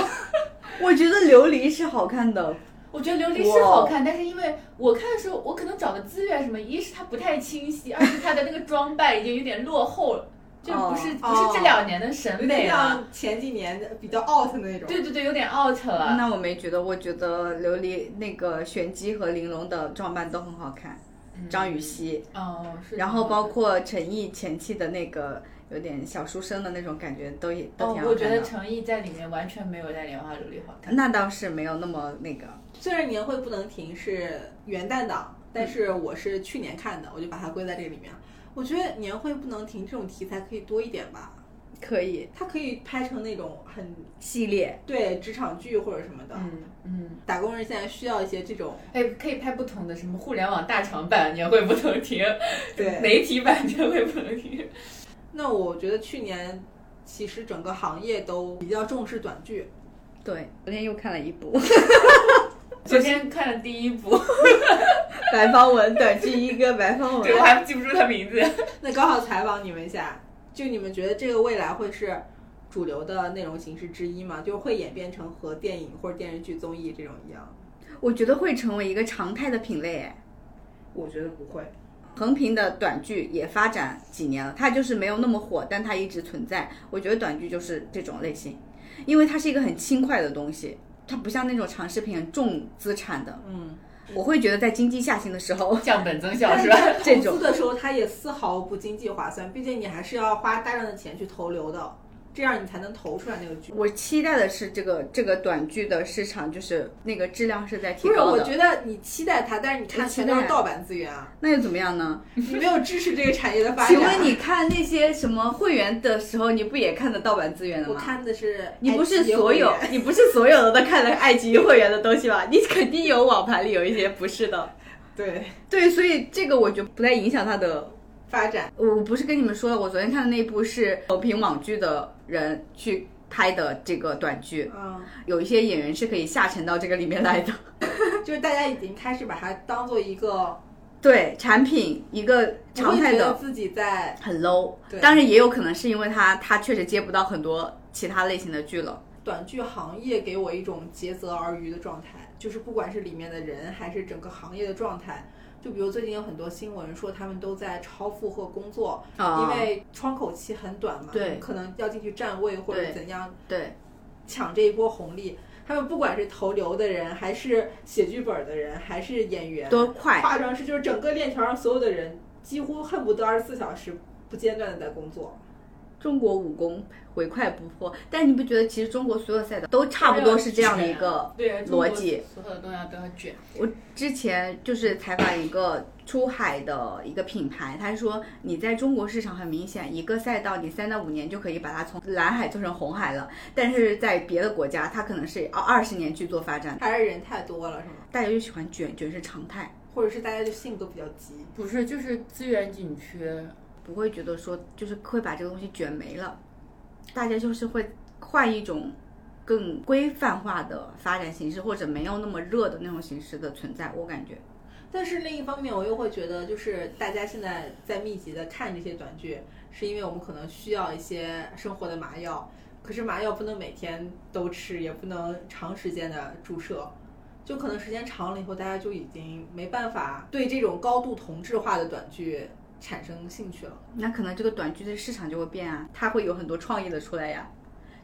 C: 我觉得琉璃是好看的，
B: 我觉得琉璃是好看，但是因为我看的时候，我可能找的资源什么，一是它不太清晰，二是它的那个装扮已经有点落后了，就不是、
F: 哦
B: 不是这两年的审
F: 有点
B: 美了。
F: 像前几年的比较 out 的那种。
B: 对对对，有点 out 了。
C: 那我没觉得，我觉得琉璃那个玄机和玲珑的装扮都很好看，
F: 嗯
B: 嗯
C: 张雨绮，
B: 哦，是的。
C: 然后包括陈毅前期的那个有点小书生的那种感觉，都也都
B: 哦
C: 挺，好
B: 我
C: 看
B: 觉
C: 的。
B: 得陈毅在里面完全没有在《莲花琉璃》好看。
C: 那倒是没有那么那个，
F: 虽然年会不能停是元旦档，但是我是去年看的，我就把它归在这个里面。我觉得年会不能停这种题材可以多一点吧，
C: 可以
F: 它可以拍成那种很
C: 系列，
F: 对职场剧或者什么的。
B: 嗯嗯，
F: 打工人现在需要一些这 种
B: 哎，可以拍不同的，什么互联网大厂版年会不能停，
F: 对
B: 媒体版年会不能停。
F: 那我觉得去年其实整个行业都比较重视短剧，
C: 对，昨天又看了一部
B: 昨天看了第一部，
C: 白方文短剧一哥白 方
B: 对
C: 文
B: 我，还记不住他 名字。
F: 那刚好采访你们一下，就你们觉得这个未来会是主流的内容形式之一吗？就会演变成和电影或者电视剧、综艺这种一样？
C: 我觉得会成为一个常态的品类哎。
F: 我觉得不会。
C: 横屏的短剧也发展几年了，它就是没有那么火，但它一直存在。我觉得短剧就是这种类型，因为它是一个很轻快的东西，它不像那种长视频很重资产的。
F: 嗯，
C: 我会觉得在经济下行的时候，
B: 降本 增效
F: 但
B: 是
F: 是
B: 吧？
F: 在
C: 这
F: 投
C: 种
F: 资的时候，它也丝毫不经济划算，毕竟你还是要花大量的钱去投流的，这样你才能投出来那个剧。
C: 我期待的是这个这个短剧的市场，就是那个质量是在提
F: 不是，
C: 高
F: 我
C: 的。
F: 觉得你期待它，但是你看
C: 我期
F: 全
C: 待
F: 都是盗版资源啊，
C: 那又怎么样呢？
F: 你没有支持这个产业的发展。啊
C: 请问你看那些什么会员的时候，你不也看的盗版资源的
F: 我
C: 吗？
F: 看的是
C: 你不是所有
F: 爱奇艺会员，
C: 你不是所有的都看了爱奇艺会员的东西吧？你肯定有网盘里有一些不是的。
F: 对
C: 对，所以这个我觉得不太影响他的。
F: 发展，
C: 我不是跟你们说了，我昨天看的那部是某屏网剧的人去拍的这个短剧，
F: 嗯，
C: 有一些演员是可以下沉到这个里面来的。
F: 就是大家已经开始把它当做一个
C: 对，产品一个
F: 不
C: 常
F: 会
C: 态
F: 觉得
C: 的
F: 自己在
C: 很 low，
F: 对
C: 当然也有可能是因为他他确实接不到很多其他类型的剧了。
F: 短剧行业给我一种竭泽而渔的状态，就是不管是里面的人还是整个行业的状态。就比如最近有很多新闻说他们都在超负荷工作，
C: 啊
F: 因为窗口期很短嘛，
C: 对
F: 可能要进去站位或者
C: 对
F: 怎样
C: 对
F: 抢这一波红利。他们不管是投流的人，还是写剧本的人，还是演员，
C: 多快，
F: 化妆师就是整个链条上所有的人，几乎恨不得二十四小时不间断的在工作。
C: 中国武功唯快不破。但你不觉得其实中国所有赛道都差不多是这样的一个？
B: 啊对
C: 逻辑，
B: 中国所有的东西都要卷。
C: 我之前就是采访一个出海的一个品牌，他说你在中国市场很明显，一个赛道你三到五年就可以把它从蓝海做成红海了，但是在别的国家，它可能是二二十年去做发展。
F: 还是人太多了，是吗？
C: 大家就喜欢卷，卷是常态，
F: 或者是大家就性格比较急？
B: 不是，就是资源紧缺。
C: 不会觉得说就是会把这个东西卷没了，大家就是会换一种更规范化的发展形式，或者没有那么热的那种形式的存在。我感觉
F: 但是另一方面，我又会觉得，就是大家现在在密集的看这些短剧，是因为我们可能需要一些生活的麻药，可是麻药不能每天都吃，也不能长时间的注射，就可能时间长了以后，大家就已经没办法对这种高度同质化的短剧产生兴趣了。
C: 那可能这个短剧的市场就会变啊，它会有很多创意的出来呀。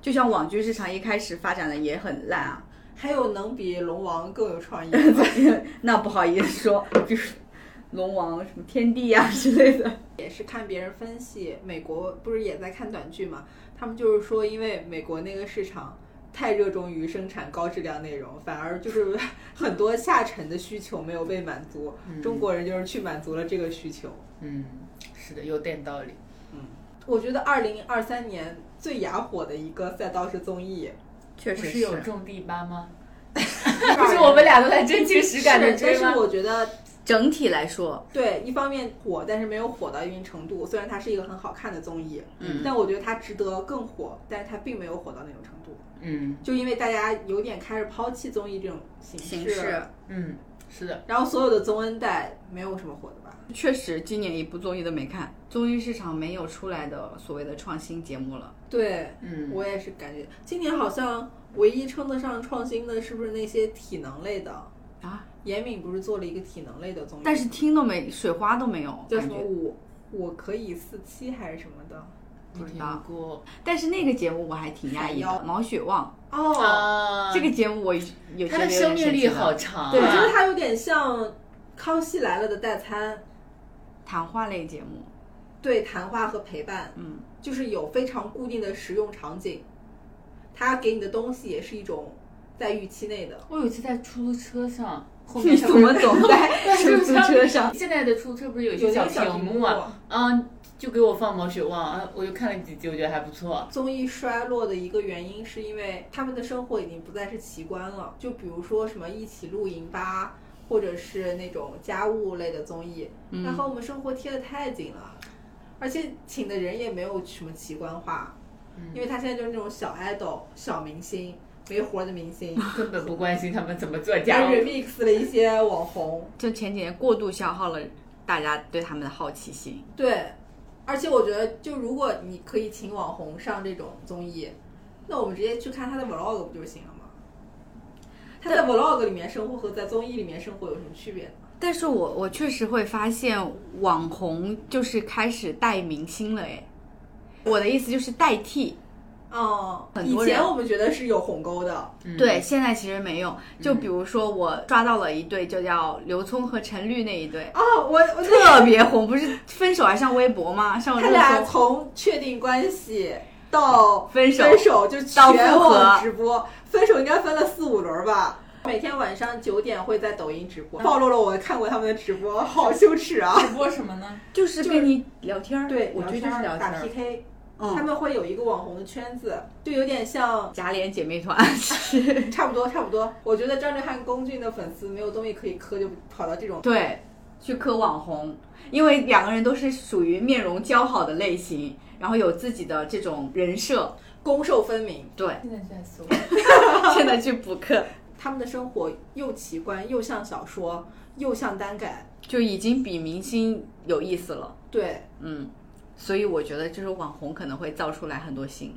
C: 就像网剧市场一开始发展的也很烂啊，
F: 还有能比龙王更有创意的吗
C: 那不好意思说，比如龙王什么天地啊 之类的。
F: 也是看别人分析，美国不是也在看短剧嘛？他们就是说，因为美国那个市场太热衷于生产高质量内容，反而就是很多下沉的需求没有被满足。中国人就是去满足了这个需求。
B: 嗯，是的，有点道理。
F: 我觉得二零二三年最哑火的一个赛道是综艺，
C: 确
B: 不是
C: 实
B: 啊有种地吧吗？
F: 不
B: 不是我们俩都在真情实感的
F: 但
B: 追 吗
F: 是？我觉得
C: 整体来说，
F: 对，一方面火，但是没有火到一定程度。虽然它是一个很好看的综艺，
C: 嗯
F: 但我觉得它值得更火，但是它并没有火到那种程度。
B: 嗯
F: 就因为大家有点开始抛弃综艺这种形
B: 啊
F: 式，
C: 形式
B: 嗯，是的，
F: 然后所有的综恩代没有什么火的吧？
C: 确实，今年一部综艺都没看，综艺市场没有出来的所谓的创新节目了。
F: 对，
B: 嗯，
F: 我也是感觉今年好像唯一称得上创新的，是不是那些体能类的
C: 啊？
F: 严敏不是做了一个体能类的综艺，
C: 但是听都没，水花都没有，
F: 叫什
C: 感
F: 么
C: 觉
F: 我我可以四七还是什么的，
C: 不知道。
B: 过
C: 但是那个节目我还挺讶异
F: 海
C: 的，毛血旺
F: 哦，
B: 啊，
C: 这个节目我有有觉
B: 他
C: 得
B: 的
C: 有点
B: 生命
C: 神
B: 力
C: 奇的
B: 好长、啊，
F: 我觉得它有点像《康熙来了》的代餐，
C: 谈话类节目，
F: 对谈话和陪伴，
C: 嗯，
F: 就是有非常固定的使用场景，它给你的东西也是一种在预期内的。
B: 我有一次在出租车上，后
C: 你
B: 面
C: 怎么总 在
B: 出
C: 出
B: 租
C: 租
B: 车
C: 车上？
B: 现在的出租车不是有一
F: 有
B: 些
F: 一
B: 小
F: 个小
B: 屏幕啊，嗯，就给我放毛血旺啊，我就看了几集，我觉得还不错。
F: 综艺衰落的一个原因，是因为他们的生活已经不再是奇观了。就比如说什么一起露营吧，或者是那种家务类的综艺，
B: 嗯
C: 嗯
F: 那和我们生活贴得太紧了，而且请的人也没有什么奇观化，
B: 嗯
F: 因为他现在就是那种小 idol、小明星、没活儿的明 星，
B: 根本不关心他们怎么做
F: 还
B: 家
C: 哎
B: 务，
F: remix 了一些网红，
C: 就前几年过度消耗了大家对他们的好奇心。
F: 对，而且我觉得，就如果你可以请网红上这种综艺，那我们直接去看他的 vlog 不就行了吗？他在 vlog 里面生活和在综艺里面生活有什么区别呢？
C: 但是我我确实会发现网红就是开始带明星了，哎，我的意思就是代替，
F: 哦
C: 很
F: 以
C: 多人
F: 前我们觉得是有鸿沟的，
B: 嗯
C: 对，现在其实没有。就比如说我抓到了一对，就叫刘聪和陈绿那一对，
F: 哦，我我
C: 特别红，不是分手还上微博吗？上
F: 他
C: 热
F: 俩
C: 搜。
F: 从确定关系到
C: 分手
F: 分手就全
C: 到复合
F: 网直播，分手应该分了四五轮吧。每天晚上九点会在抖音直播，暴露了我看过他们的直播，好羞耻啊！
B: 直播什么呢？
C: 就是跟你聊天儿，
F: 对，
C: 我觉得就是聊天
F: 打
C: 儿。
F: PK，、他
C: 嗯，
F: 们会有一个网红的圈子，就有点像，
C: 假脸姐妹 团，
F: 差不多差不多。我觉得张震撼、龚俊的粉丝没有东西可以磕，就跑到这种。
C: 对，去磕网红，因为两个人都是属于面容姣好的类型，然后有自己的这种人设。
F: 攻受分明，
C: 对，
B: 现在就在搜，
C: 现在去补课
F: 他们的生活又奇观，又像小说，又像单改，
C: 就已经比明星有意思了。
F: 对。
C: 嗯，所以我觉得就是网红可能会造出来很多新。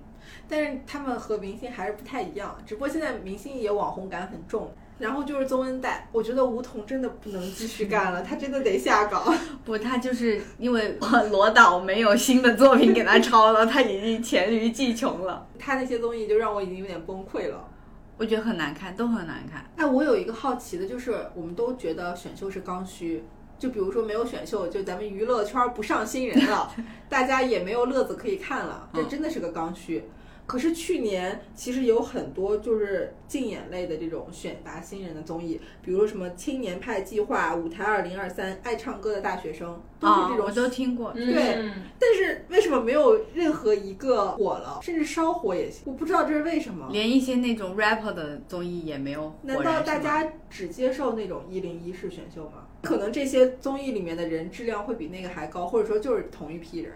F: 但是他们和明星还是不太一样，只不过现在明星也网红感很重。然后就是宗恩代，我觉得吴彤真的不能继续干了，他真的得下岗。
C: 不，他就是因为我罗导没有新的作品给他抄了，他已经黔驴技穷了。
F: 他那些综艺就让我已经有点崩溃了。
C: 我觉得很难看，都很难看。
F: 哎，我有一个好奇的，就是我们都觉得选秀是刚需，就比如说没有选秀，就咱们娱乐圈不上新人 了，大家也没有乐子可以看了，
C: 嗯
F: 这真的是个刚需。可是去年其实有很多就是竞演类的这种选拔新人的综艺，比如说什么青年派计划、舞台二零二三、爱唱歌的大学生，都是
C: 啊、
F: 这
C: 我
F: 种。
C: 都听过。
F: 对
B: 嗯
F: 但是为什么没有任何一个火了，甚至烧火也行？我不知道这是为什么。
C: 连一些那种 rapper 的综艺也没有火燃
F: 难道大
C: 是吗
F: 家只接受那种一零一式选秀吗？可能这些综艺里面的人质量会比那个还高，或者说就是同一批人。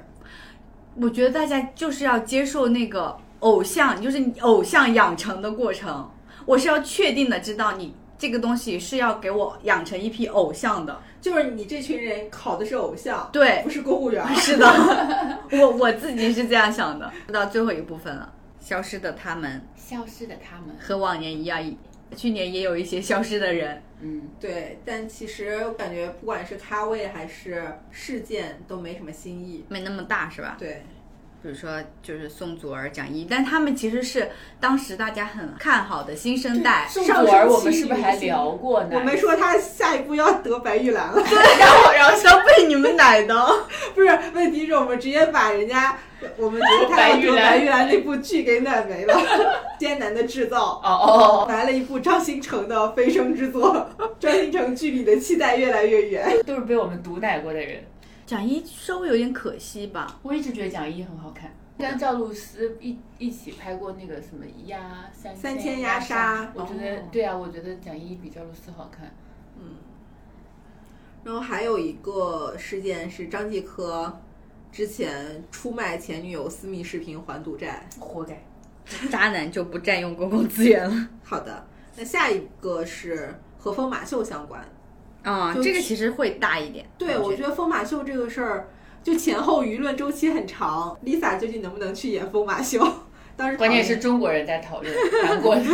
C: 我觉得大家就是要接受那个偶像，就是你偶像养成的过程。我是要确定的知道你这个东西是要给我养成一批偶像的。
F: 就是你这群人考的是偶像，
C: 对
F: 不，是公务员。
C: 是的， 我我自己是这样想的。到最后一部分了，消失的他们
B: 消失的他们，
C: 和往年一样，去年也有一些消失的人。
B: 嗯，
F: 对，但其实我感觉不管是咖位还是事件都没什么新意。
C: 没那么大是吧？
F: 对，
C: 比如说，就是宋祖儿、蒋一，但他们其实是当时大家很看好的新生代，
B: 宋祖儿我们是不是还聊过呢？
F: 我们说他下一步要得白玉兰了，
C: 然后然后都被你们奶的。
F: 不是？问题是我们直接把人家我们觉得他要得白玉兰那部剧给奶没了， 艰难的制造。
B: 哦哦，哦
F: 来了一部张新成的《飞升之作》， 张新成距离的期待越来越远。
B: 都是被我们毒奶过的人。
C: 蒋一稍微有点可惜吧，
B: 我一直觉得蒋一很好看，跟赵露思一一起拍过那个什么鸭三
F: 三千
B: 千
F: 鸭
B: 杀
F: 杀，
B: 我觉得、
C: 哦
B: 对啊，我觉得蒋一比赵露思好看。
F: 然后还有一个事件是张继科之前出卖前女友私密视频还赌债。
B: 活该。
C: 渣男就不占用公共资源了。
F: 好的，那下一个是和疯马秀相关。
C: 啊、
F: 就
C: 这个其实会大一点。
F: 对，我觉得疯马秀这个事儿，就前后舆论周期很长。Lisa 究竟能不能去演疯马秀？ 当时
B: 关键是中国人在讨论，韩国 人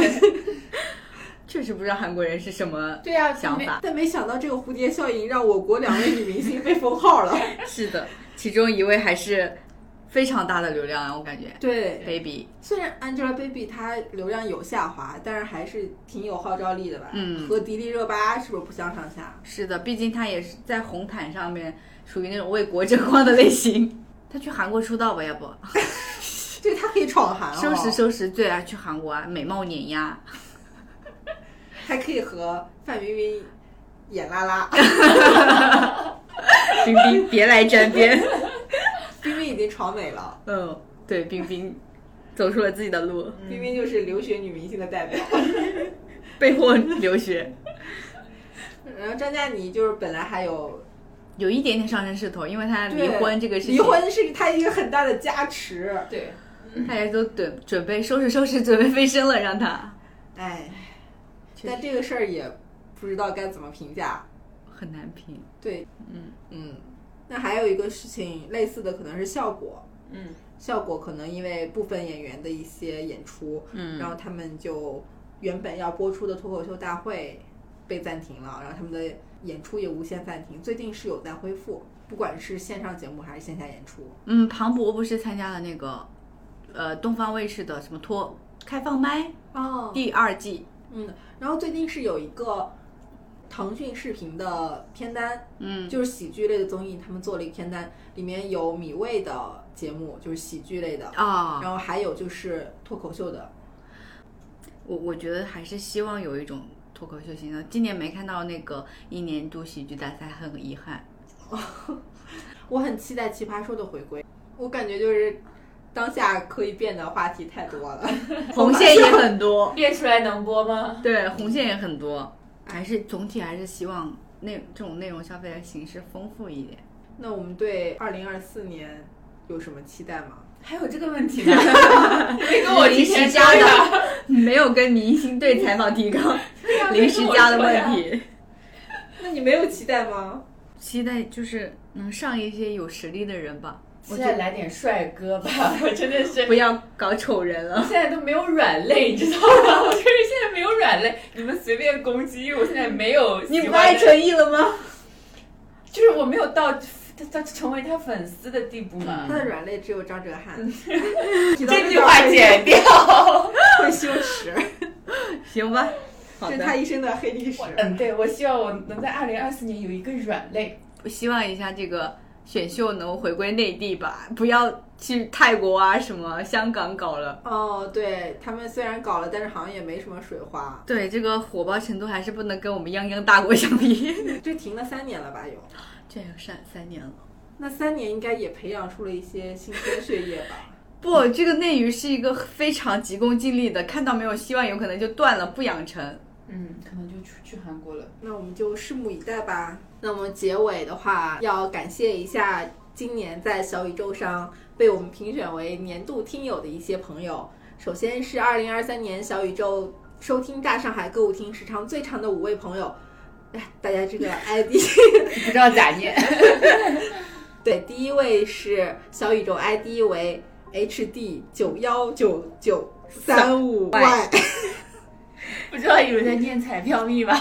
C: 确实不知道韩国人是什么
B: 对啊，
C: 想
B: 没
C: 法。
F: 但没想到这个蝴蝶 效应让我国两位女明星被封号了。
C: 是的，其中一位还是非常大的流量啊，我感觉。
F: 对
C: ，baby，
F: 虽然 Angelababy 她流量有下滑，但是还是挺有号召力的吧？
C: 嗯
F: 和迪丽热巴是不是不相上下？
C: 是的，毕竟她也是在红毯上面属于那种为国争光的类型。哦她去韩国出道吧，要不
F: 对，她可以闯韩、哦，
C: 收拾收拾，对啊，去韩国啊，美貌碾压。
F: 还可以和范冰冰演拉 拉。
C: 冰冰，别来沾边。
F: 冰冰已经闯美了，
C: 嗯，对，冰冰走出了自己的路，
F: 冰冰就是留学女明星的 代表。
C: 被迫留学，
F: 然后张嘉倪就是本来还有
C: 有一点点上升势头，因为她 离
F: 对
C: 婚这个事情，
F: 离婚是她一个很大的加持。
B: 对，
C: 大家都准准备收拾收拾，准备飞升了，让她
F: 哎，但这个事儿也不知道该怎么评价。
C: 很难评。
F: 对，
C: 嗯
F: 嗯，那还有一个事情类似的可能是效果，
B: 嗯，
F: 效果可能因为部分演员的一些演出，
C: 嗯
F: 然后他们就原本要播出的脱口秀大会被暂停了，然后他们的演出也无限暂停。最近是有在恢复，不管是线上节目还是线下演出。
C: 嗯，庞博不是参加了那个呃东方卫视的什么脱开放麦
F: 哦
C: 第二季，
F: 嗯，然后最近是有一个腾讯视频的片单，
C: 嗯，
F: 就是喜剧类的综艺，他们做了一个片单，里面有米未的节目，就是喜剧类的，
C: 啊、
F: 然后还有就是脱口秀的，
C: 我我觉得还是希望有一种脱口秀型的。今年没看到那个一年一度喜剧大赛，很遗憾。
F: 我很期待《奇葩说》的回归，我感觉就是当下可以变的话题太多了。
C: 红线也很多，
B: 列出来能播吗？
C: 对，红线也很多，还是总体还是希望内这种内容消费的形式丰富一点。
F: 那我们对二零二四年有什么期待吗？
B: 还有这个问题 呢？没跟我
C: 临
B: 提
C: 时
B: 前说
C: 加
B: 呀，
C: 的，没有跟明星对采访提纲， 临时加的问题。
F: 那你没有期待吗？
C: 期待就是能上一些有实力的人吧，
B: 现在来点帅哥 吧，我真的是
C: 不要搞丑人了。
B: 现在都没有软肋，你知道吗？我就是现在没有软肋，你们随便攻击，因为我现在没有喜欢的。
C: 艺了吗？
B: 就是我没有到他他成为他粉丝的地步嘛。
F: 他的软肋只有张哲瀚，
B: 这句话剪掉，
F: 会羞耻，
C: 行吧，好
F: 这是
C: 的
F: 他。一生的黑历史。
B: 嗯，对，我希望我能在二零二四年有一个软肋。
C: 我希望一下这个选秀能回归内地吧，不要去泰国啊什么香港搞了。
F: 哦，对他们虽然搞了，但是好像也没什么水花，
C: 对，这个火爆程度还是不能跟我们泱泱大国相比。
F: 这停了三年了吧？有，
C: 这也三三年了。
F: 那三年应该也培养出了一些新鲜血液吧？
C: 不，这个内娱是一个非常急功近利的，看到没有希望，有可能就断了，不养 成。
B: 嗯，可能就出去韩国了。
F: 那我们就拭目以待吧。那我们结尾的话，要感谢一下今年在小宇宙上被我们评选为年度听友的一些朋友。首先是2023年小宇宙收听大上海歌舞厅时长最长的五位朋友，哎，大家这个 ID
B: 不知道咋念。
F: 对，第一位是小宇宙 ID 为 HD 九幺九九三五 Y，
B: 不知道有人在念彩票密码，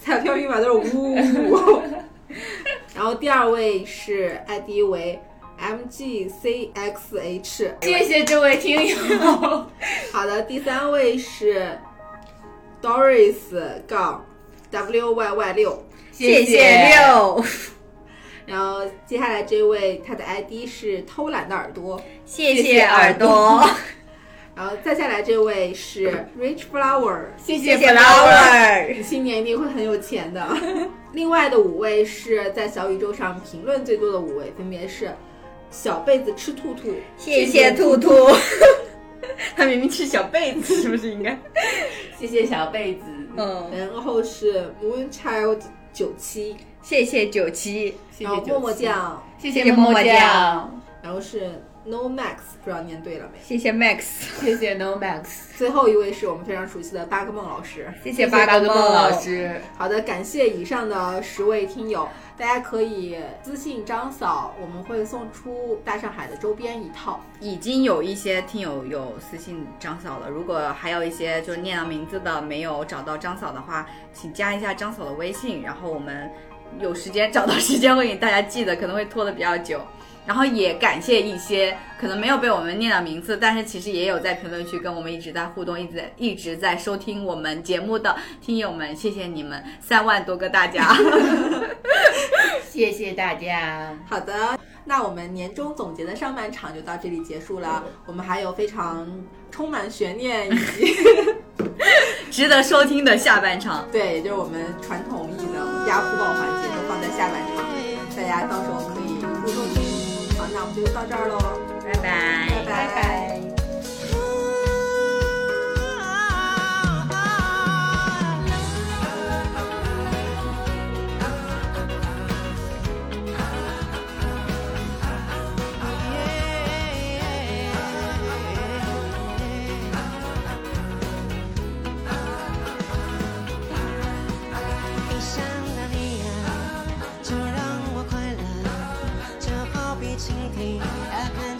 F: 彩票密码都是五五五。然后第二位是 ID 为 MGCXH，
B: 谢谢这位听 友。
F: 好的，第三位是 Doris 杠 WYY 六，
B: 谢
C: 六，
F: 然后接下来这位他的 ID 是偷懒的耳朵，
C: 谢谢耳朵，
F: 然后再下来这位是 Rich Flower，
B: 谢谢 flower。
F: 你新年一定会很有钱的。 另外的五位是在小宇宙上评论最多的五位，分别是小被子吃兔兔，
C: 谢谢兔兔。 他明明吃小被子，是不是应该？
B: 谢谢小被子，
C: 嗯，
F: 然后是 Moonchild 九七，
C: 谢谢九七，
B: 谢
F: 然后
B: 谢
F: 默默
B: 酱，
F: 酱，
B: 谢
C: 谢谢默
B: 默
C: 默
B: 酱，
F: 然后是 No Max，不知道念对了没。
C: 谢谢 Max，
B: 谢谢 No Max，
F: 最后一位是我们非常熟悉的巴克梦老师。
C: 谢
B: 谢
C: 谢
B: 谢八
C: 哥
B: 哥梦老，师。
F: 好的，感谢以上的十位听友，大家可以私信张嫂，我们会送出大上海的周边一套。
C: 已经有一些听友有私信张嫂了，如果还有一些就是念到名字的没有找到张嫂的话，请加一下张嫂的微信，然后我们有时间找到时间会给大家寄的，可能会拖得比较久。然后也感谢一些可能没有被我们念到名字，但是其实也有在评论区跟我们一直在互动，一直在一直在收听我们节目的听友们，谢谢你们三万多个大家。
B: 谢谢大家。
F: 好的，那我们年终总结的上半场就到这里结束了。我们还有非常充满悬念以及。
C: 值得收听的下半场
F: 对，也就是我们传统意义的压铺爆环节都放在下半场，大家到时候可以互动听。好，那我们就到这儿喽，
C: 拜拜，
F: 拜拜
I: 闭上了你呀，就让我快乐，就好比蜻蜓啊看